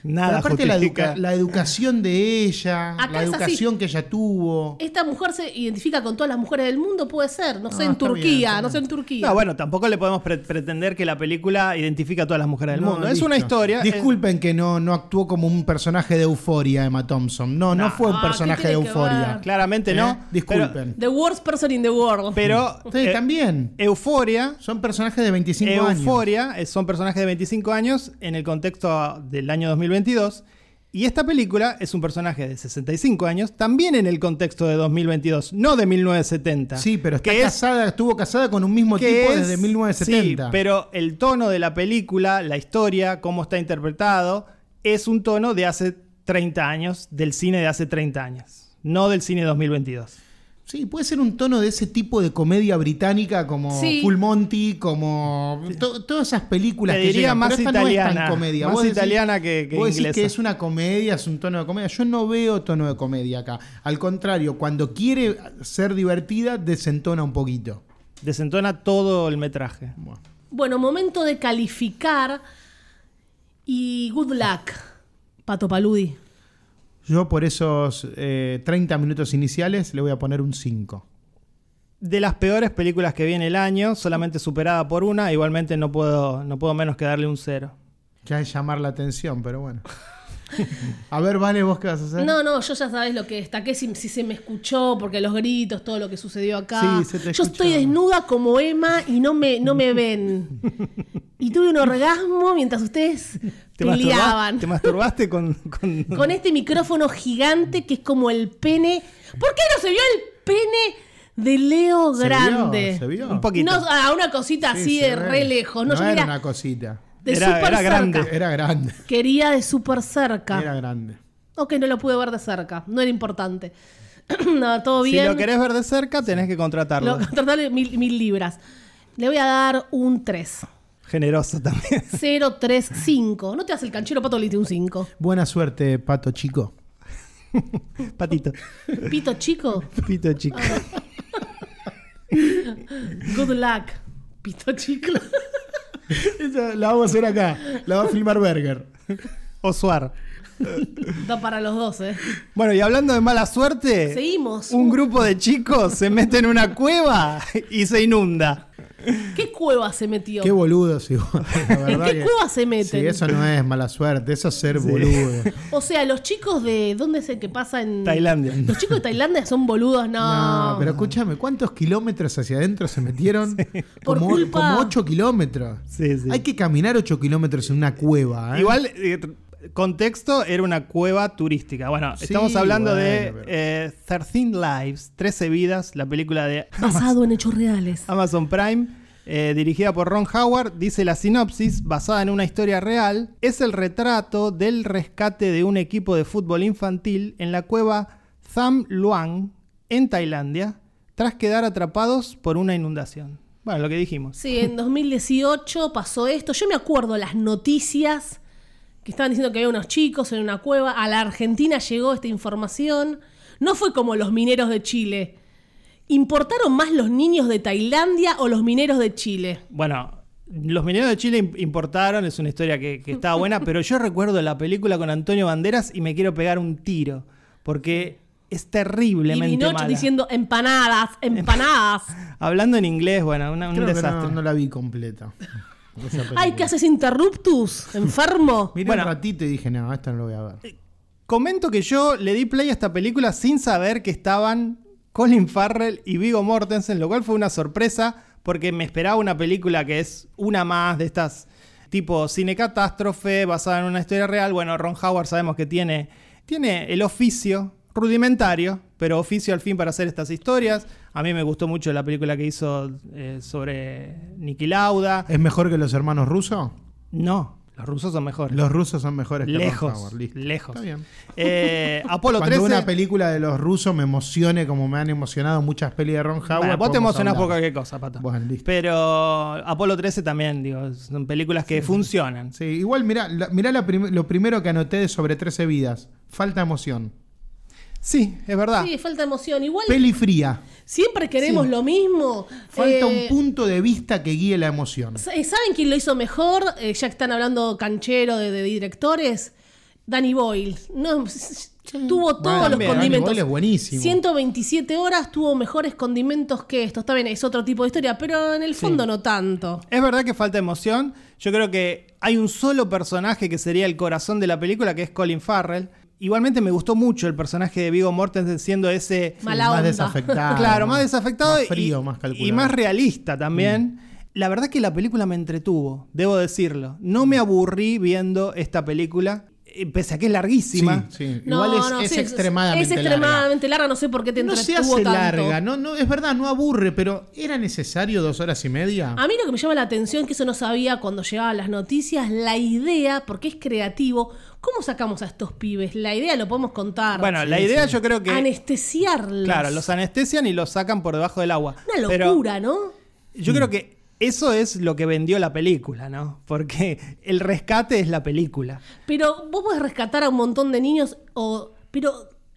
Nada
Pero aparte la,
justifica.
educa- la educación de ella,
Acá
la
es así.
educación que ella tuvo.
Esta mujer se identifica con todas las mujeres del mundo, puede ser, no sé,
Ah,
en
está bien,
Turquía,
está
no sé
bien.
en Turquía.
No, bueno, tampoco le podemos pre- pretender que la película identifica a todas las mujeres del
No,
mundo. Es
listo.
una historia. eh.
Disculpen que no, no actuó como un personaje de euforia, Emma Thompson. No, no,
No.
fue un
Ah,
personaje
¿qué
de
tiene que
euforia.
ver?
eh, claramente
¿Eh?
no.
Disculpen.
The worst person in the world.
Pero, pero,
Ustedes
eh,
también.
Euforia.
Son personajes de 25 años.
Euforia eh, son personajes de 25 años en el contexto del año 2022. Y esta película es un personaje de 65 años también en el contexto de 2022, no de 1970.
Sí, pero está
que es
casada, estuvo casada con un mismo tipo
que es-
desde 1970.
sí, pero el tono de la película, la historia, cómo está interpretado, es un tono de hace 30 años, del cine de hace 30 años, no del cine 2022.
Sí, puede ser un tono de ese tipo de comedia británica como
Sí.
Full Monty, como to- todas esas películas
Te
que
diría
llegan,
más
pero esta no es tan
italiana,
comedia.
más
Vos decís-
italiana que- que
vos decís
inglesa.
que es una comedia, es un tono de comedia. Yo no veo tono de comedia acá. Al contrario, cuando quiere ser divertida, desentona un poquito.
Desentona todo el metraje.
Bueno,
Bueno, momento de calificar y good luck, Pato Paludi.
Yo por esos eh, 30 minutos iniciales le voy a poner un 5.
De las peores películas que vi en el año, solamente superada por una, igualmente no puedo, no puedo menos que darle un cero.
Que hay llamar la atención, pero bueno. a ver, Vale, vos qué vas a hacer.
No, no, yo ya sabés lo que destaqué, si, si se me escuchó, porque los gritos, todo lo que sucedió acá.
Sí, se te
yo
escuchó.
estoy desnuda como Emma y no me, no me ven. Y tuve un orgasmo mientras ustedes peleaban.
masturbaste, te masturbaste con, con-
Con este micrófono gigante que es como el pene. ¿Por qué no se vio el pene de Leo
¿Se vio?
Grande.
¿Se vio?
Un poquito.
No, a una cosita
Sí,
así
se
de
ve.
re lejos. No,
No
yo
era
mira,
una cosita.
de
Era-
súper
era
cerca.
grande.
Era grande.
Quería de súper cerca.
Era grande.
Ok, no lo pude ver de cerca. No era importante. no, todo
Si
bien.
lo querés ver de cerca, tenés que contratarlo.
Lo- tratarle mil, mil libras. Le voy a dar un 3.
Generoso también.
035. No te hace el canchero pato, le diste un 5.
Buena suerte, pato chico.
Patito.
Pito chico.
Pito chico.
Ah. Good luck. Pito chico.
Esa la vamos a hacer acá. La va a filmar Berger.
Osuar.
Da para los dos, ¿eh?
Bueno, y hablando de mala suerte,
Seguimos.
un grupo de chicos se mete en una cueva y se inunda.
¿Qué cueva se metió?
Qué boludos, igual. La verdad
qué
que-
cueva se meten?
Sí, eso no es mala suerte, eso es ser boludo.
O sea, los chicos de. ¿Dónde es el que pasa en.
Tailandia.
Los chicos de Tailandia son boludos, no.
No, pero escúchame, ¿cuántos kilómetros hacia adentro se metieron?
Por
Como,
culpa.
como 8 kilómetros.
Sí, sí.
Hay que caminar 8 kilómetros en una cueva. ¿eh?
Igual, eh, contexto, era una cueva turística. Bueno,
Sí,
estamos hablando de
bueno, pero-
eh, 13 Lives, 13 vidas, la película de
Basado en hechos reales.
Amazon Prime, eh, dirigida por Ron Howard, dice la sinopsis, basada en una historia real, es el retrato del rescate de un equipo de fútbol infantil en la cueva Tham Luang, en Tailandia, tras quedar atrapados por una inundación. Bueno, lo que dijimos.
Sí, en 2018 pasó esto. Yo me acuerdo las noticias que estaban diciendo que había unos chicos en una cueva. A la Argentina llegó esta información. No fue como los mineros de Chile. ¿Importaron más los niños de Tailandia o los mineros de Chile?
Bueno, los mineros de Chile im- importaron, es una historia que, que estaba buena, pero yo recuerdo la película con Antonio Banderas y me quiero pegar un tiro, porque es
Y
terriblemente
Minocho
mala.
diciendo empanadas, empanadas.
Hablando en inglés, bueno, una- un
Creo que no-
desastre.
no, la vi completa. esa película.
Ay, ¿qué haces interruptus? ¿Enfermo?
Miré
Bueno.
un ratito y dije, no, esta no lo voy a ver.
Comento que yo le di play a esta película sin saber que estaban Colin Farrell y Vigo Mortensen, lo cual fue una sorpresa porque me esperaba una película que es una más de estas tipo cine catástrofe basada en una historia real. Bueno, Ron Howard sabemos que tiene, tiene el oficio rudimentario, pero oficio al fin para hacer estas historias. A mí me gustó mucho la película que hizo eh, sobre Niki Lauda.
¿Es mejor que los hermanos rusos?
No, los rusos son mejores.
Los rusos son mejores que Ron
Lejos,
Howard, listo.
lejos.
Está bien.
Eh, Apolo
Cuando
13.
una película de los rusos me emocione como me han emocionado muchas pelis de Ron Howard.
Bueno, vos te
podemos
emocionás por
hablar.
cualquier cosa, Pato.
Bueno, listo.
Pero Apolo 13 también, digo, son películas que funcionan.
Sí, igual mirá, la- mirá la prim- lo primero que anoté de sobre 13 vidas. Falta emoción.
Sí, es verdad.
Sí, falta emoción. Igual
Peli fría.
siempre queremos lo mismo.
Falta
Eh,
un punto de vista que guíe la emoción.
Eh, ¿Saben quién lo hizo mejor? Eh, ya que están hablando canchero de, de directores. Danny Boyle. No, tuvo todos
Bueno,
los
también, Danny
condimentos.
Boyle es buenísimo.
127 horas tuvo mejores condimentos que estos. Está bien, es otro tipo de historia, pero en el fondo no tanto.
Es verdad que falta emoción. Yo creo que hay un solo personaje que sería el corazón de la película, que es Colin Farrell. Igualmente me gustó mucho el personaje de Vigo Mortensen siendo ese
Mala
más
onda.
desafectado.
Claro, más desafectado
más frío,
y,
más calculado. Mm.
y más realista también. La verdad que la película me entretuvo, debo decirlo. No
Mm.
me aburrí viendo esta película, eh, pese a que es
Sí,
larguísima.
sí.
No,
Igual es,
no,
es
sí,
extremadamente
Es extremadamente larga. no sé por qué te
larga. No se
entretuvo
hace
tanto.
larga, no, no, es verdad, no aburre, pero ¿era necesario dos horas y media?
A mí lo que me llama la atención, que eso no sabía cuando llegaban las noticias, la idea, porque es creativo, ¿cómo sacamos a estos pibes? La idea lo podemos contar.
Bueno, la idea yo creo que...
Anestesiarlos.
Claro, los anestesian y los sacan por debajo del agua.
Una
Pero
locura, ¿no?
yo creo que eso es lo que vendió la película, ¿no? Porque el rescate es la película.
Pero vos podés rescatar a un montón de niños o... Pero,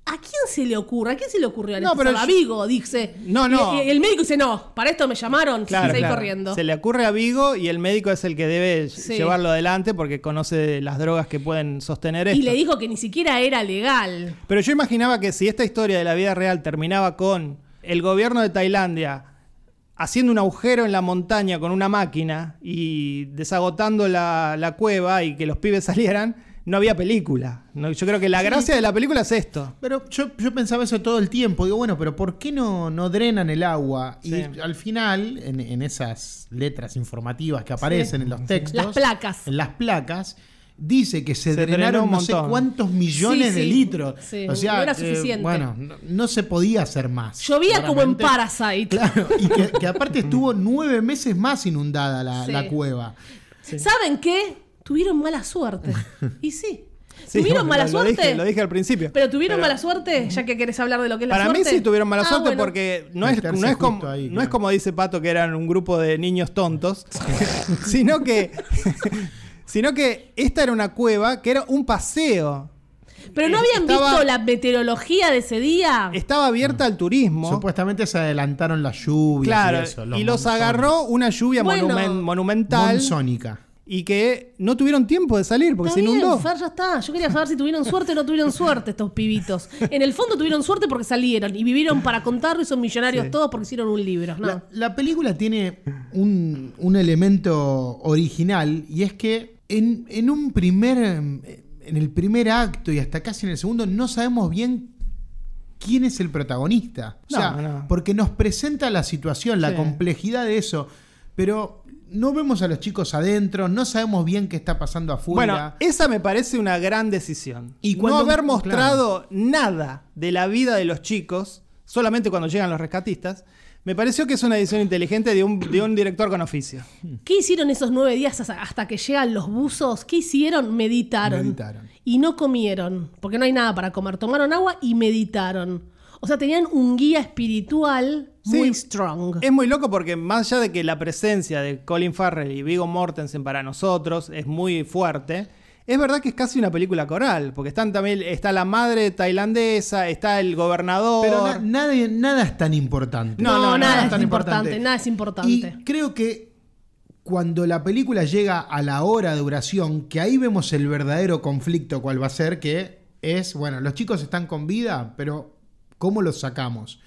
¿a quién se le ocurre? ¿A quién se le ocurrió?
No, pero
a
yo-
Vigo, dice.
No, no.
Y- y el médico dice, no, para esto me llamaron,
Claro,
se
claro.
corriendo.
Se le ocurre a Vigo y el médico es el que debe
Sí.
llevarlo adelante porque conoce las drogas que pueden sostener esto.
Y le dijo que ni siquiera era legal.
Pero yo imaginaba que si esta historia de la vida real terminaba con el gobierno de Tailandia haciendo un agujero en la montaña con una máquina y desagotando la, la cueva y que los pibes salieran, no había película. No, yo creo que la gracia de la película es esto.
Pero yo, yo pensaba eso todo el tiempo. Digo, bueno, pero ¿por qué no, no drenan el agua?
Sí.
Y al final, en, en esas letras informativas que aparecen en los textos.
Las placas.
En las placas. dice que se,
Se drenó
drenaron
un
no sé
montón.
cuántos millones
Sí,
de
sí.
litros.
Sí,
o sea,
no era
eh,
suficiente.
bueno, no, no se podía hacer más.
Llovía como en Parasite.
claramente. Claro, y que, que aparte estuvo nueve meses más inundada la,
Sí.
la cueva.
¿Saben qué? Tuvieron mala suerte. Y sí.
Sí,
tuvieron mala
bueno, lo
suerte.
Dije, lo dije al principio.
Pero tuvieron mala suerte, ya que querés hablar de lo que es la
Para
suerte.
mí sí tuvieron mala
Ah,
suerte
bueno.
porque no es,
Meterse
no, es como,
justo ahí,
no
claro.
es como dice Pato que eran un grupo de niños tontos, sino que sino que esta era una cueva que era un paseo.
Pero no habían
eh, Estaba-
visto la meteorología de ese día.
Estaba abierta al turismo.
Supuestamente se adelantaron las lluvias.
Claro,
y, eso,
y los
monzones.
agarró una lluvia
Bueno.
monumen- monumental
Monzónica.
y que no tuvieron tiempo de salir porque
Está
se
bien,
inundó.
Fer, ya está. Yo quería saber si tuvieron suerte o no tuvieron suerte estos pibitos. En el fondo tuvieron suerte porque salieron y vivieron para contarlo y son millonarios todos porque hicieron un libro. No.
La, la película tiene un, un elemento original y es que en, en un primer. En el primer acto y hasta casi en el segundo, no sabemos bien quién es el protagonista. O
No,
sea,
no.
porque nos presenta la situación, la
Sí.
complejidad de eso. Pero no vemos a los chicos adentro, no sabemos bien qué está pasando afuera.
Bueno, esa me parece una gran decisión.
Y
Y
cuando-
no haber mostrado nada de la vida de los chicos, solamente cuando llegan los rescatistas, me pareció que es una decisión inteligente de un, de un director con oficio.
¿Qué hicieron esos nueve días hasta- hasta que llegan los buzos? ¿Qué hicieron? Meditaron.
Meditaron.
Y no comieron, porque no hay nada para comer. Tomaron agua y meditaron. O sea, tenían un guía espiritual muy
Sí.
strong.
Em-
Es muy loco porque más allá de que la presencia de Colin Farrell y Vigo Mortensen para nosotros es muy fuerte, es verdad que es casi una película coral, porque están también está la madre tailandesa, está el gobernador.
Pero na- nadie- nada es tan importante.
No,
no,
nada
no,
es
tan
importante, Nada es importante.
Y creo que cuando la película llega a la hora de duración, que ahí vemos el verdadero conflicto cuál va a ser, que es, bueno, los chicos están con vida, pero ¿cómo los sacamos?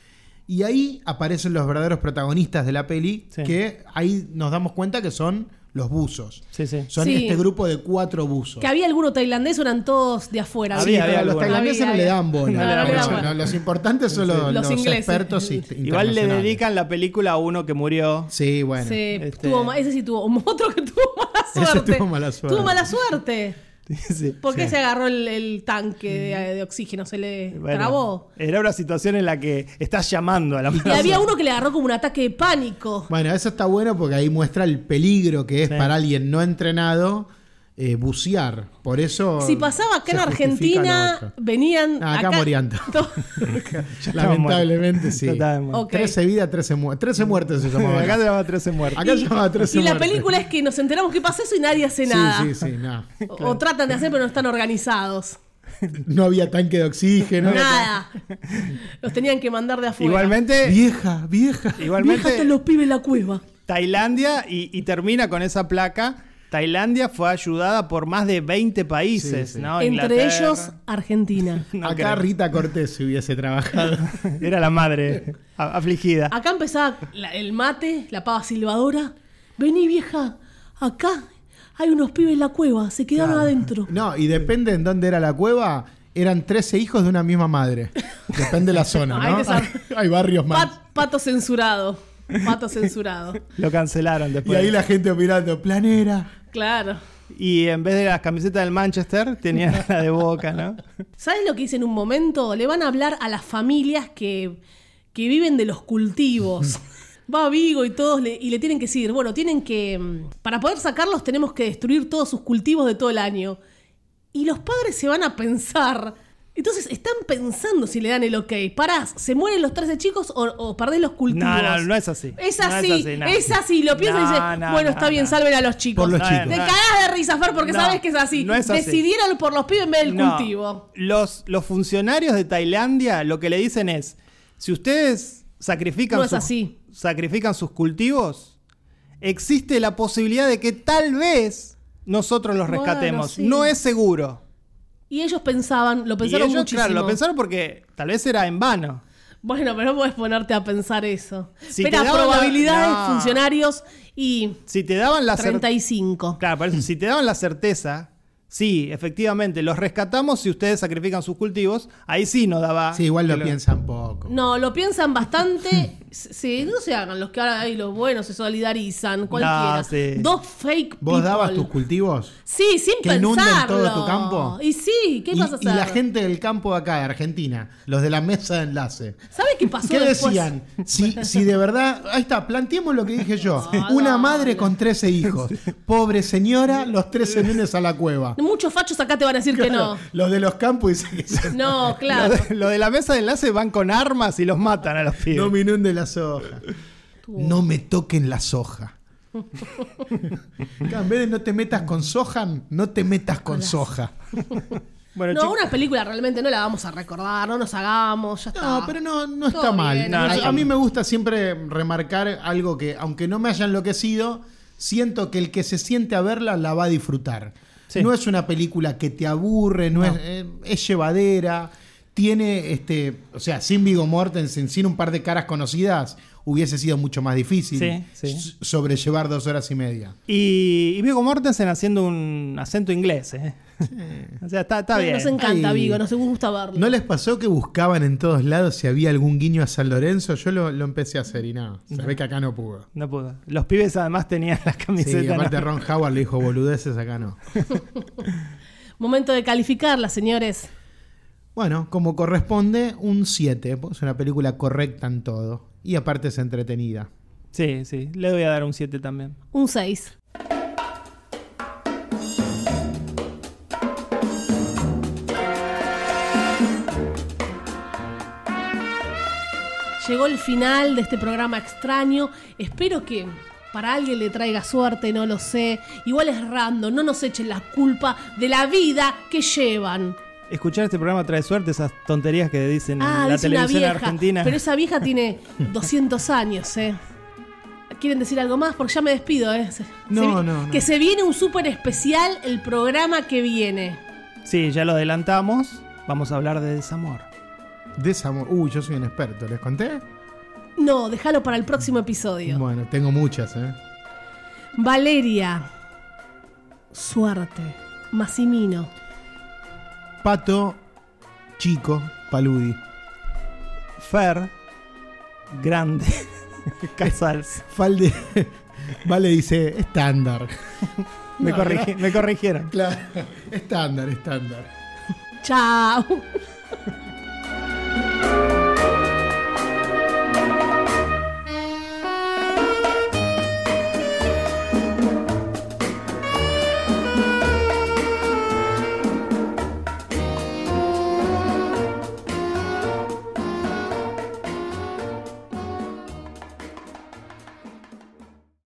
Y ahí aparecen los verdaderos protagonistas de la peli,
Sí.
que ahí nos damos cuenta que son los buzos.
Sí, sí.
Son
Sí.
este grupo de cuatro buzos.
Que había alguno tailandés, eran todos de afuera.
Sí,
Había,
pero
había
los
algunos.
tailandeses
Había,
no le
había.
dan bola.
No, no le
por
dan
eso,
bola.
¿no? Los importantes son
Los
los, los
ingleses.
expertos y-
Igual le
internacionales.
dedican la película a uno que murió.
Sí, bueno.
Sí,
Este-
tuvo ma- ese sí tuvo otro que tuvo mala
Ese
suerte.
tuvo mala suerte.
Tuvo mala suerte.
Sí.
¿Por qué se agarró el, el tanque de, de oxígeno? Se le
Bueno,
trabó.
Era una situación en la que estás llamando a la
Y
persona.
había uno que le agarró como un ataque de pánico.
Bueno, eso está bueno porque ahí muestra el peligro que es
Sí.
para alguien no entrenado eh, bucear. Por eso.
Si pasaba acá en
se justifica lo
Argentina,
otro.
venían.
Ah, acá morían todos. Lamentablemente, sí.
Ya estaba muerto.
Ok.
13 vidas, 13 muertes. 13 muertes se llamaba.
Acá
Acá,
te llama 13 muertos.
acá se llamaba 13
y la
muertes.
película es que nos enteramos que pasa eso y nadie hace nada.
Sí, sí, sí, no.
O- O tratan de hacer, pero no están organizados.
No había tanque de oxígeno.
Nada. Los tenían que mandar de afuera.
Igualmente,
Vieja, vieja.
Fíjate
igualmente
los pibes en la cueva.
Tailandia, y, y termina con esa placa, Tailandia fue ayudada por más de 20 países,
Sí, sí.
¿no?
Entre
Inglaterra.
ellos, Argentina.
No
acá
creo.
Rita Cortés hubiese trabajado.
Era la madre a- afligida.
Acá empezaba la- el mate, la pava silbadora. Vení, vieja, acá hay unos pibes en la cueva, se quedaron adentro.
No, y depende en dónde era la cueva, eran 13 hijos de una misma madre. Depende de la zona,
Ay,
¿no?
te sab-
Hay, barrios más.
Pa- pato censurado. Pato censurado.
Lo cancelaron
Y
después.
ahí la gente opinando, planera.
Claro.
Y en vez de las camisetas del Manchester, tenían la de Boca, ¿no?
¿Sabes lo que hice en un momento? Le van a hablar a las familias que, que viven de los cultivos. Va Vigo y todos le, y le tienen que decir, bueno, tienen que, mm, para poder sacarlos tenemos que destruir todos sus cultivos de todo el año. Y los padres se van a pensar. Entonces están pensando si le dan el ok. Parás, ¿se mueren los 13 chicos o, o perdés los cultivos?
No, no, no es así.
Es
No
así, es así,
no.
Lo piensan y
No,
dicen,
no,
bueno,
no,
está bien,
no.
salven a los chicos.
Por los
No,
chicos.
Te cagás de risa, Fer, porque
No,
sabes que es así.
no es así.
Decidieron por los pibes en vez del
No.
cultivo.
Los, los funcionarios de Tailandia lo que le dicen es: si ustedes sacrifican,
No es
sus,
así.
sacrifican sus cultivos, existe la posibilidad de que tal vez nosotros los
Bueno,
rescatemos.
sí.
No es seguro.
Y ellos pensaban, lo
Y
pensaron
ellos,
muchísimo.
claro, lo pensaron porque tal vez era en vano.
Bueno, pero no puedes ponerte a pensar eso.
Si
Pero
te daban la-
probabilidades,
No.
funcionarios y
Si te daban la certeza.
35.
Claro, por eso, si te daban la certeza, sí, efectivamente, los rescatamos si ustedes sacrifican sus cultivos, ahí sí nos daba.
Sí, igual
que
lo piensan poco.
No, lo piensan bastante. Sí, no se hagan los que ahora hay los buenos se solidarizan, cualquiera.
No, sí.
Dos fake
¿Vos
people.
dabas tus cultivos?
Sí, sin
que inunden
pensarlo.
todo tu campo?
Y sí, ¿qué
y,
vas a
y
hacer?
la gente del campo de acá, de Argentina, los de la mesa de enlace.
¿Sabes qué pasó
¿Qué
después?
decían? Si, si de verdad, ahí está, planteemos lo que dije yo.
Ah,
Una madre con 13 hijos. Pobre señora, los 13 nenes a la cueva.
Muchos fachos acá te van a decir
Claro, Los de los campos dicen que se-
que no. No,
Lo
claro.
de, lo de la mesa de enlace van con armas y los matan a los pibes.
no me inunden las hojas. No me toquen la soja. Claro, en vez de no te metas con soja, no te metas con soja.
Bueno,
No,
chicos,
una película realmente no la vamos a recordar, no nos hagamos, ya está.
No, pero no, no está
Ah, Todo
mal.
bien,
No, no
a,
está
a mí
mal.
me gusta siempre remarcar algo que, aunque no me haya enloquecido, siento que el que se siente a verla la va a disfrutar.
Sí.
No es una película que te aburre, no, Es, eh, es llevadera, tiene, este, o sea, sin Vigo Mortensen, sin un par de caras conocidas, hubiese sido mucho más difícil
Sí, sí.
s- sobrellevar dos horas y media.
Y, y Viggo Mortensen haciendo un acento inglés, ¿eh? O sea, está, está
No,
bien.
Nos encanta
Ay.
Vigo, nos gusta verlo.
¿No les pasó que buscaban en todos lados si había algún guiño a San Lorenzo? Yo lo, lo empecé a hacer y nada, se ve que acá no pudo.
No pudo. Los pibes además tenían las camisetas.
Sí,
¿no?
aparte Ron Howard le dijo boludeces acá no.
Momento de calificarla, señores.
Bueno, como corresponde, un 7. Es una película correcta en todo. Y aparte es entretenida.
Sí, sí. Le voy a dar un 7 también.
Un 6. Llegó el final de este programa extraño. Espero que para alguien le traiga suerte, no lo sé. Igual es random, no nos echen la culpa de la vida que llevan.
Escuchar este programa trae suerte, esas tonterías que dicen
Ah,
en la
dice una
televisión
vieja.
argentina.
Pero esa vieja tiene 200 años, ¿eh? ¿Quieren decir algo más? Porque ya me despido, ¿eh? Se-
No,
se vi-
no, no.
Que se viene un súper especial el programa que viene.
Sí, ya lo adelantamos. Vamos a hablar de desamor.
Desamor. Uy, yo soy un experto, ¿les conté?
No, déjalo para el próximo episodio.
Bueno, tengo muchas, ¿eh?
Valeria. Suerte. Massimino.
Pato, chico, paludi.
Fer, grande. Casals.
Falde. Vale, dice estándar.
Me, corrigi- me corrigieron.
Claro, estándar, estándar.
Chao.